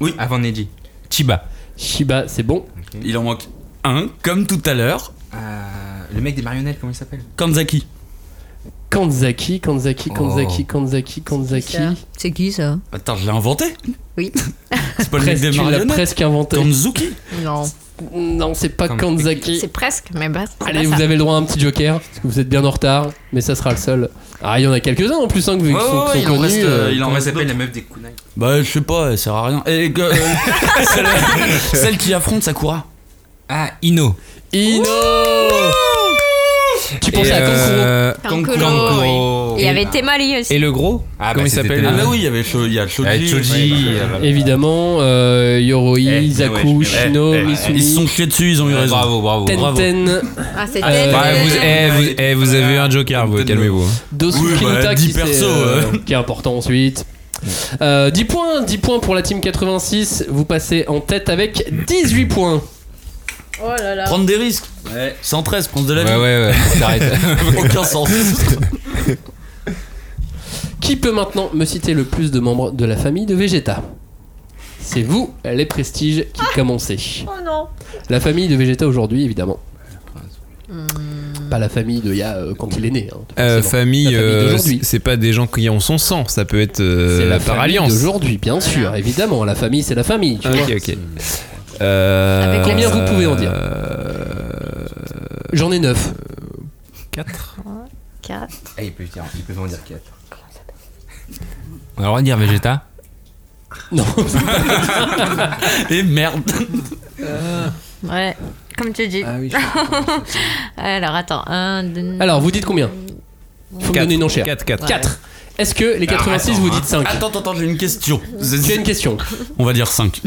Oui.
Avant Neji. Chiba.
Shiba, c'est bon.
Il en manque un, comme tout à l'heure.
Euh, le mec des marionnettes, comment il s'appelle
Kanzaki.
Kanzaki, Kanzaki, Kanzaki,
Oh.
Kanzaki, Kanzaki.
C'est qui ça
Attends, je l'ai inventé.
Oui.
<laughs> C'est pas le mec
Presque,
des
tu l'as
marionnettes.
presque inventé.
Kanzuki.
Non.
Non, c'est pas
Comme-
Kanzaki.
C'est presque, mais bah. c'est
Allez,
pas
vous
ça.
avez le droit à un petit joker, parce que vous êtes bien en retard, mais ça sera le seul. Ah, il y en a quelques-uns en plus, hein, que vous- qui sont, qui sont
il en
connus.
reste, euh,
euh,
il en
Comment
reste
s'appelle
d'autres.
la meuf des kunai
Bah, je sais pas, elle sert à rien. Et que- euh, <laughs> celle, celle qui affronte Sakura.
Ah, Ino.
Ino Tu pensais
Et,
à Kankuro
euh,
Kankuro,
Kankuro.
Il y avait Temali aussi.
Et le gros
Ah,
Comment
bah,
il
c'était
s'appelle
le-
Ah,
Euh,
bah oui, il y avait Cho- il y a bah, Choji.
Ah, Choji. euh,
Évidemment, euh, Yoroi,
Eh, mais
Zaku,
ouais, je-
Shino,
eh, eh,
Misumi,
Ils se sont chiés dessus, ils ont eu raison.
Bravo, bravo. bravo.
Tenten,
Ah, c'était.
Euh,
Bah, vous, eh, vous, eh, vous avez eu un joker, vous,
Peut-être
calmez-vous. hein.
Dosu
Oui, bah,
Kinuta,
dix
qui, s'est,
persos,
euh,
ouais.
qui est important ensuite. Euh, 10 points, 10 points pour la team 86. Vous passez en tête avec 18 points.
Oh là là.
Prendre des risques. 113, prendre de la
Ouais,
vie.
ouais, ouais. T'arrêtes.
<laughs> Aucun sens.
Qui peut maintenant me citer le plus de membres de la famille de Vegeta C'est vous, les prestiges, qui commencez.
Oh non.
La famille de Vegeta aujourd'hui, évidemment. Pas la famille de Ya euh, quand il est né. hein,
Euh,
forcément.
famille,
La famille
euh,
d'aujourd'hui.
c'est- c'est pas des gens qui ont son sang, ça peut être euh,
C'est la
par
famille
alliance.
d'aujourd'hui, bien sûr, évidemment. La famille, c'est la famille. tu
Ok, Euh,
vois.
ok. Euh,
Avec
Combien vous pouvez en dire J'en ai 9.
4
Quatre.
Ah, il peut dire- il peut en dire 4. On a le droit de dire Vegeta
Non,
<laughs> Et merde.
Ouais. Comme tu dis.
Ah oui.
Alors attends. Un, deux.
Alors, vous dites combien Faut me donner une enchère.
4, 4.
4. Est-ce que les 86
Alors,
vous
attends, hein.
dites 5
Attends, attends, attends, j'ai une question.
Tu as une question.
On va
<laughs>
dire 5.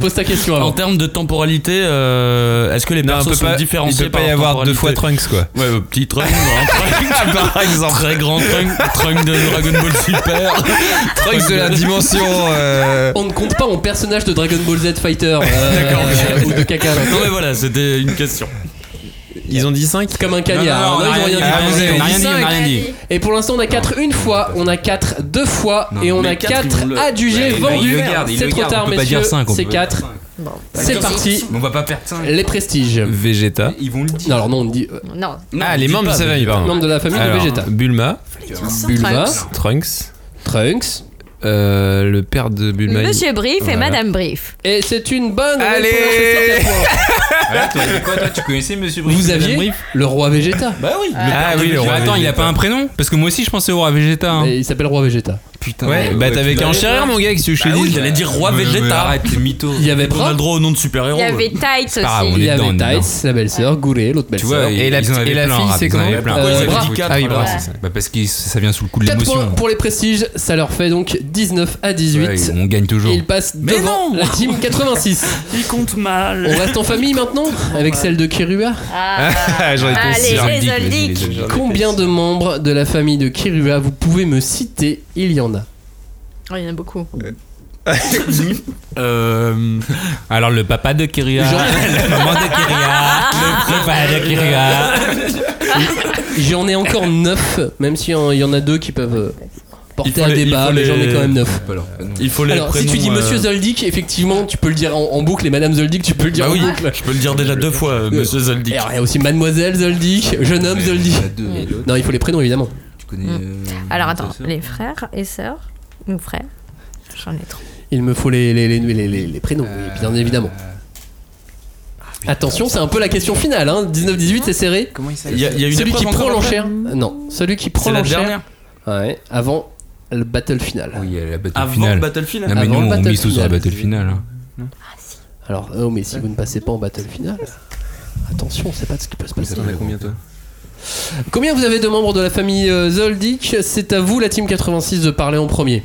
Pose ta question
En
avant.
termes de temporalité, euh, est-ce que les
Non, on
persos
peut
sont
pas-
différenciés
il peut pas
par
y
leur
avoir deux
temporalité
fois Trunks, quoi.
Ouais, euh, petit trunk,
<laughs>
grand trunk, par exemple. Très grand trunk, trunk de Dragon Ball Super.
Trunks de la <laughs> dimension. euh,
On ne compte pas en personnage de Dragon Ball Z Fighter
<laughs>
euh,
D'accord, ok.
ou de caca.
Non mais voilà, c'était une question.
Ils ont dit 5
Comme un
Non,
cagnard.
non,
Non,
non,
ils ont
on a
rien dit.
rien dit,
Ils ont
on a
dit
rien dit, on a
cinq.
rien dit.
Et pour l'instant, on a 4 une fois, on a 4 deux fois, et on
mais
a
quatre,
4
ils vont le-
adjugés
Ouais, bah, ils
vendus.
le gardent, ils
C'est
le
trop
gardent,
tard,
on peut pas
messieurs.
dire cinq, Euh, on
C'est
peut-
4. C'est parti.
On va pas perdre 5. <laughs>
Les prestiges.
Vegeta.
Ils vont le dire.
Non, alors non, on dit euh,
Non.
ah, les
dis
membres
pas,
de sa
mais-
famille, pardon.
membre de la famille de
Alors,
Vegeta.
Bulma,
Bulma,
Trunks.
Trunks,
Trunks.
euh, le père de Bulma. il-
Monsieur Brief et
Voilà.
Madame Brief.
Et c'est une bonne
Allez
réponse, c'est certains points.
<laughs> quoi, toi, tu connaissais Monsieur Brice
Vous aviez le roi Vegeta.
Bah oui.
Ah oui, le roi
Attends, il a
Vegeta.
pas un prénom Parce que moi aussi, je pensais au roi Vegeta. hein.
Et il s'appelle roi Vegeta.
Putain.
Ouais, bah t'avais qu'à en chérir, mon gars, qu'est-ce que je te
Ah oui,
dis
j'allais dire roi
Mais- mais
Vegeta.
Arrête, t'es mytho.
Il y avait
On a
Brock,
le droit au nom de super-héros.
Il y avait Tight aussi.
pas grave, on
il y
est dedans,
avait
on est
Dice, la belle-sœur, Goulet, l'autre
Tu vois,
belle-sœur.
et la
ils en
petite-
avaient
et la
plein,
fille,
Rabi,
c'est
ils en
comment
avaient
Euh,
plein. Ouais,
Bra-
j'ai dit quatre,
Ah oui,
voilà.
Bra,
Ouais.
c'est ça.
Bah parce que ça vient sous le coup de
4 points
l'émotion.
pour les prestiges, ça leur fait donc 19 à 18.
Ouais, on gagne toujours.
Et
<laughs>
il passe
Mais
devant
non
la team 86.
Il compte
On
mal.
reste en famille maintenant avec celle de Kirua.
<laughs>
Ah, j'aurais été
Allez,
sûr.
les
J'aurais dit-
Zoldyck.
j'aurais dit- j'aurais dit-
Combien de membres de la famille de Kirua vous pouvez me citer Il y en a.
Oh, il y en a beaucoup.
Euh,
Alors le papa de Kiria,
Genre-
la maman de Kiria, le papa de Kiria.
J'en ai encore 9, même s'il y en a deux qui peuvent euh,
Il
porter
faut
à
les- il
débat,
faut
mais
les-
j'en ai quand même 9.
il faut les
Alors, si tu dis
prénoms,
Monsieur
euh,
Zoldyck, effectivement, tu peux le dire en, en boucle et Madame Zoldyck, tu peux le dire
Bah
en
oui,
boucle.
je peux le dire déjà deux fois, euh, Monsieur
Et
Zoldyck.
alors, il y a aussi Mademoiselle
Ah,
Zoldyck, jeune homme Zoldyck. Non, il faut les prénoms évidemment.
Tu connais.
Mm.
Alors attends, les frères et sœurs Ou frères J'en ai trop.
Il me faut les, les, les, les- les- les prénoms,
Euh,
oui, bien évidemment. Attention, c'est un peu la question finale. Hein. 19-18, c'est serré.
Il y a, il y a une
Celui qui
épreuve
prend
encore après
l'enchère. Non, celui qui prend
C'est la
l'enchère.
dernière.
Ouais, avant le battle final.
Oui, Oh, il y a la battle
Avant
finale.
Battlefield.
Non Ah, mais
Avant
nous
le
on
battle
mise tout sur la
finale.
battle finale. hein.
Alors, oh, mais si vous ne passez pas en battle final, attention, on sait pas de ce qui peut se passer.
combien, toi
Combien vous avez de membres de la famille euh, Zoldyck C'est à vous, la team 86, de parler en premier.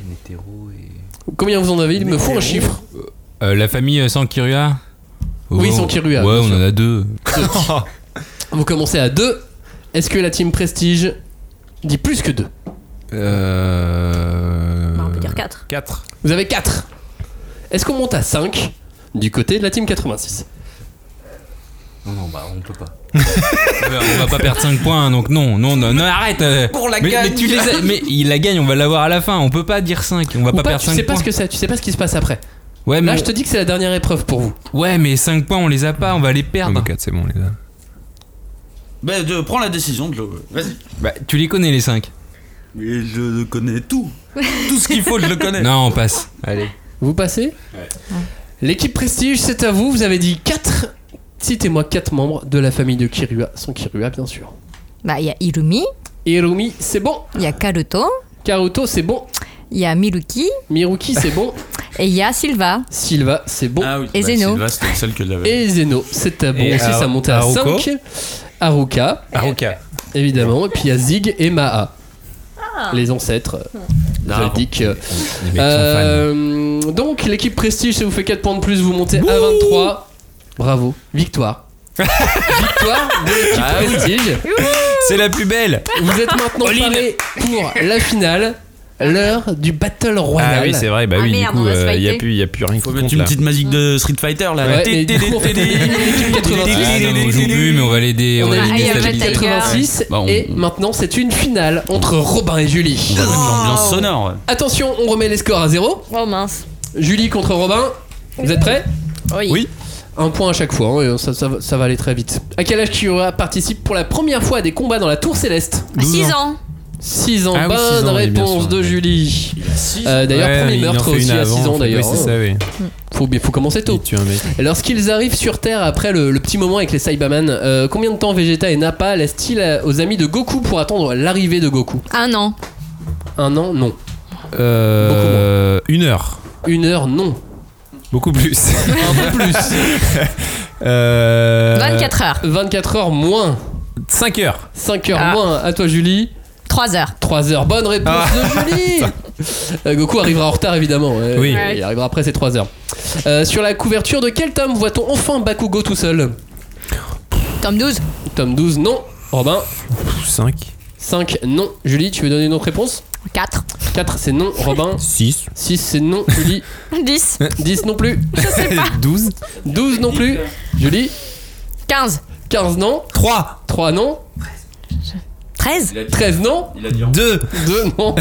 Combien vous en avez Il me faut un chiffre.
Euh, la famille euh, sans Kiria.
Oui,
Oh.
sans Kiria,
Ouais,
bien
on en a deux.
Vous commencez à 2. Est-ce que la team Prestige dit plus que 2
Euh.
Bah, on peut dire 4.
4.
Vous avez 4. Est-ce qu'on monte à 5 du côté de la team 86
Non, non, bah on peut pas. on va pas perdre 5 points, hein, donc non, non, non, non, arrête. euh, mais, mais tu les as- mais il la gagne, on va l'avoir à la fin. On peut pas dire 5, on va
Ou
pas,
pas,
perdre
tu
5
sais
points.
pas ce que c'est, tu sais pas ce qui se passe après.
Ouais, mais
Là, je te dis que c'est la dernière épreuve pour vous.
ouais, mais 5 points, on les a pas, on va les perdre.
4, Ah, c'est bon, les gars.
Bah, de- prends la décision, Joe. Vas-y.
Bah, tu les connais les 5
Mais je connais tout. tout ce qu'il faut, je le connais.
Non, on passe. Allez.
Vous passez L'équipe Prestige, c'est à vous. Vous avez dit 4. Citez-moi 4 membres de la famille de Kirua, sans Kirua, bien sûr.
Bah, il y a Irumi,
Hirumi, c'est bon.
il y a Karuto,
Karuto, c'est bon.
il y a Miruki
Miruki, c'est
<laughs>
bon.
et il y a Silva.
Silva, c'est bon.
Ah oui.
Et Zeno.
Sylvain, c'était celle que j'avais.
Et Zeno, c'est à bon.
Et
Aussi,
Haru-
ça montait à
Haruko
5. Haruka,
Aroka.
évidemment. Et puis il y a Zig et Maa.
Ah.
Les ancêtres. euh, Zodiac.
Les mecs sont fans.
Euh, donc, l'équipe Prestige, ça vous fait 4 points de plus. Vous montez à 23. Bravo. Victoire. Victoire de l'équipe Prestige.
C'est la plus belle
Vous êtes maintenant parés pour la finale, l'heure du Battle Royale.
Ah oui, c'est vrai, bah
Ah
oui,
merde,
du
on
coup,
va se
il n'y a,
fighter.
plus- y a plus rien
Faut
qui
mettre
compte
une
là.
petite magique de Street Fighter là.
Ouais, mais du coup, on fait l'équipe 86.
Ah, non, on joue plus, mais on va l'aider.
On
On
a
va
Ah, il y
l'aider.
a
Stabile.
Tiger.
86
Bah, on-
et maintenant c'est une finale entre Robin et Julie.
Même l'ambiance sonore.
Attention, on remet les scores à zéro.
Oh mince.
Julie contre Robin. Vous êtes prêts
Oui.
Oui.
Un point à chaque fois, hein, et ça, ça va- ça va aller très vite. À quel âge Kiora participe pour la première fois à des combats dans la Tour Céleste
6 Bah, ans.
6 ans,
Ah oui,
bonne
six ans, oui, bien
réponse
sûr.
de Julie. Euh, d'ailleurs,
Ouais,
premier
il en
meurtre
fait une
aussi à
avant,
6 ans
faut-
d'ailleurs. hein.
Oui, c'est ça, oui.
Faut, bien- faut commencer tôt.
Il tue un mec.
Et Lorsqu'ils arrivent sur Terre après le, le petit moment avec les Cybermen, euh, combien de temps Vegeta et Nappa laissent-ils euh, aux amis de Goku pour attendre l'arrivée de Goku
Un an.
Un an, non.
Euh, une heure.
Une heure, non.
Beaucoup plus.
<laughs> Un peu
<laughs>
plus.
Euh,
24 heures.
24 heures, moins.
5 heures.
5 heures,
Ah.
moins. À toi, Julie.
3 heures.
3 heures. Bonne réponse de
<laughs>
Julie Euh, Goku arrivera en retard évidemment. Euh,
Ah. Oui.
Il arrivera après ces 3 heures. Euh, sur la couverture de quel tome voit-on enfin Bakugo tout seul
Tome 12.
Tome 12, non. Robin
5.
5, non. Julie, tu veux donner une autre réponse
4.
4, c'est non. Robin
6.
6, c'est non. Julie
10.
10 non plus.
<laughs> 12.
12 non plus. Julie
15.
15 non.
3.
3 non.
13.
13 non.
2.
2 non.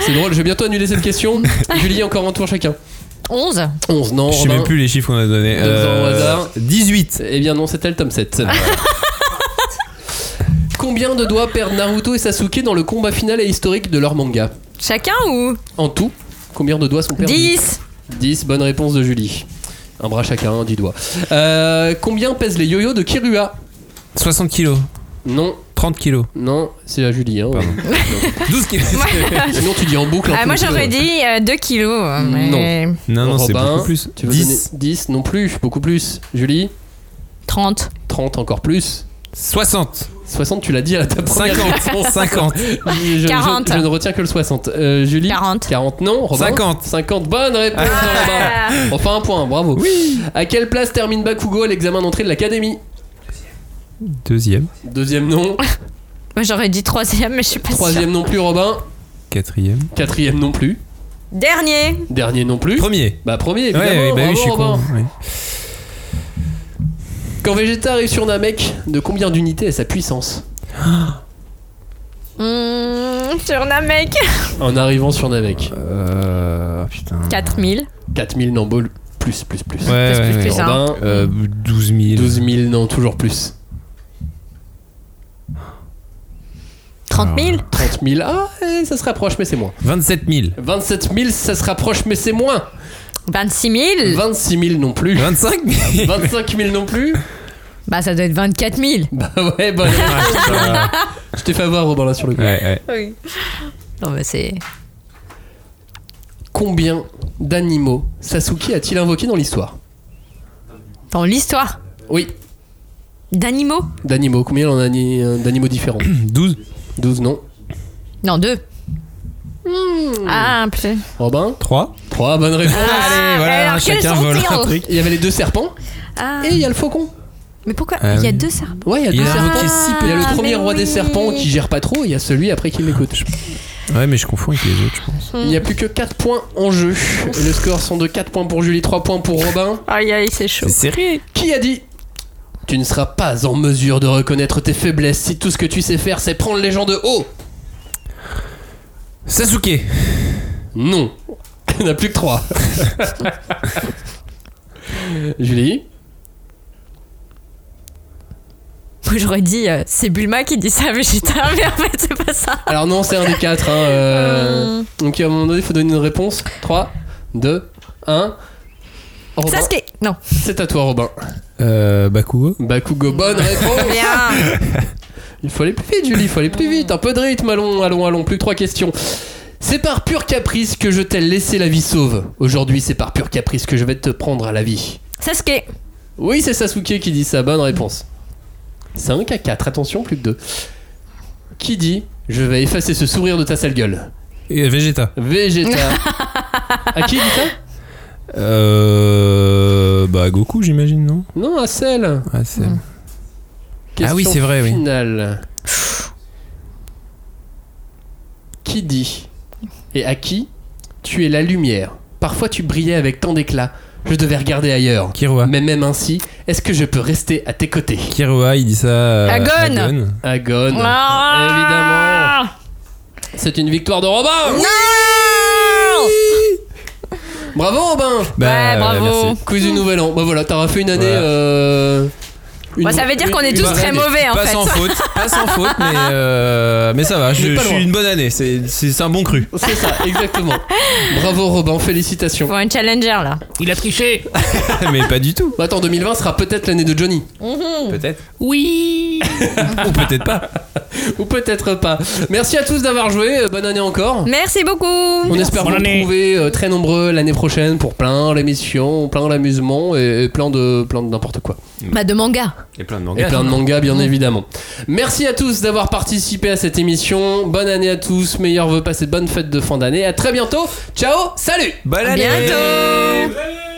C'est drôle, je vais bientôt annuler cette question. Julie, encore un tour chacun.
11.
11 non.
Je sais
Robin.
même plus les chiffres qu'on a donnés.
Oh,
Euh,
Deux ans au hasard.
18.
Eh bien non, c'était le tome
<laughs>
7. Combien de doigts perdent Naruto et Sasuke dans le combat final et historique de leur manga
Chacun ou
En tout, combien de doigts sont perdus
10.
10, bonne réponse de Julie. Un bras chacun, 10 doigts. Euh, combien pèsent les yo-yo de Kirua
60 kilos.
Non,
30 kilos.
non, c'est à Julie. Hein.
Pardon. 12 kilos.
<laughs> Sinon tu dis en boucle. en
Ah, moi
plus.
j'aurais dit 2 kilos. euh, mais-
<laughs> Non, non, c'est
Robin,
beaucoup plus.
Tu veux
10.
donner 10 non plus, beaucoup plus. Julie,
30.
30 encore plus.
60.
60, tu l'as dit à ta première
50. 50.
Je- je,
40.
je ne retiens que le 60. Euh, Julie
40.
40 non. Robin
50.
50, bonne réponse
Ah.
de
Euh,
Robin. Enfin un point, bravo. À quelle place termine Bakugo à l'examen d'entrée de l'académie
Deuxième.
Deuxième non.
Moi j'aurais dit troisième, mais je suis pas sûre.
Troisième non plus, Robin.
Quatrième.
Quatrième non plus.
Dernier.
Dernier non plus.
Premier.
Bah premier, évidemment.
Ouais, ouais, bah oui,
bravo,
je suis
Robin.
con. ouais.
Quand Vegeta arrive sur Namek, de combien d'unités est sa puissance
Mmh, sur Namek.
En arrivant sur Namek.
Euh. Putain.
4000.
4000 non, bol- plus, plus, plus.
Ouais, ouais, ouais.
plus, hein.
Robin,
Euh, 12 000.
12 000 non, toujours plus.
30 000.
30 000, ah, eh, ça se rapproche, mais c'est moins.
27 000.
<laughs> 27 000, ça se rapproche, mais c'est moins.
26 000.
26 000 non plus.
25 000.
25 000 non plus.
Bah ça doit être 24 000.
Bah ouais, bonne réponse. Je t'ai fait avoir, Robin, là, sur le coup.
ouais, ouais.
Non mais c'est...
Combien d'animaux Sasuke a-t-il invoqué dans l'histoire
Dans l'histoire
Oui,
d'animaux
d'animaux. Combien il en a ni- euh, d'animaux différents
12.
12 non.
Non, deux. Ah, plus.
Robin
3.
3, bonne réponse.
Allez,
voilà,
Ah, alors quels
chacun
sont-ils
vole un
oh
truc.
Il y avait les deux serpents
Ah,
et il y a le faucon.
Mais pourquoi
Ah
Il y a
oui.
deux serpents.
Ouais, il y a
Il
deux
a
serpents.
invoqué si peu.
Il y a le
Ah,
premier
mais
roi des
oui.
serpents qui gère pas trop, et il y a celui après qui l'écoute.
Ouais, mais je confonds avec les autres, je
Hmm.
pense.
Il n'y a plus que 4 points en jeu. Et le score sont de 4 points pour Julie, 3 points pour Robin.
Aïe, aïe, c'est chaud.
sérieux
Qui a dit Tu ne seras pas en mesure de reconnaître tes faiblesses si tout ce que tu sais faire c'est prendre les gens de haut
Sasuke.
Non. Il n'y en a plus que 3. Julie
Moi, j'aurais dit, euh, c'est Bulma qui dit ça à Vegeta, mais en fait, c'est pas ça.
Alors non, c'est un des 4.
Euh.
Donc à un moment donné, il faut donner une réponse. 3, 2, 1. Robin,
Sasuke Non.
c'est à toi, Robin.
Euh, Bakugo.
Bakugo, bonne
Oh.
réponse.
Bien
Il faut aller plus vite, Julie, il faut aller plus vite. Un peu de rythme, allons, allons, allons. Plus que trois questions. C'est par pur caprice que je t'ai laissé la vie sauve. Aujourd'hui, c'est par pur caprice que je vais te prendre à la vie.
Sasuke
Oui, c'est Sasuke qui dit ça, bonne réponse. 5 à 4, attention, plus que 2. Qui dit Je vais effacer ce sourire de ta sale gueule
Et Vegeta.
Vegeta. à qui dit ça
Euh. Bah, Goku, j'imagine, non
Non, à Cell.
Ah, c'est.
Hmm.
Question
Ah oui, c'est vrai, oui.
finale. Qui dit et à qui tu es la lumière Parfois tu brillais avec tant d'éclat, je devais regarder ailleurs.
Kirua.
Mais même ainsi, est-ce que je peux rester à tes côtés
Kirua, il dit ça. euh,
Agon.
à Agon.
Agon. Évidemment.
Ah.
C'est une victoire de Robin. Bravo Robin.
Bah,
Ouais, bravo.
merci.
Quiz du nouvel an. Bah voilà, t'auras fait une année.
Voilà.
euh, une-
Bah, ça veut dire qu'on est
une-
tous
une-
très
année.
mauvais, en
pas
fait.
Sans faute, pas sans faute, mais, euh, mais ça va, je,
Mais pas
je
loin.
suis une bonne année, c'est c'est un bon cru.
C'est ça, exactement. Bravo Robin, félicitations.
Pour un challenger, là.
Il a triché
<laughs> mais pas du tout.
Bah, Attends, 2020 sera peut-être l'année de Johnny.
Peut-être.
Oui
Ou peut-être pas.
Ou peut-être pas. Merci à tous d'avoir joué. euh, Bonne année encore.
Merci beaucoup
On espère vous
Bonne année.
retrouver euh, très nombreux l'année prochaine pour plein l'émission, plein l'amusement et, et plein de plein de n'importe quoi.
Bah, de manga
Et plein de
Et plein de mangas, bien évidemment. Merci à tous d'avoir participé à cette émission. Bonne année à tous. Meilleurs vœux, passez de bonnes fêtes de fin d'année. À très bientôt. Ciao, salut.
Bonne
À bientôt.
année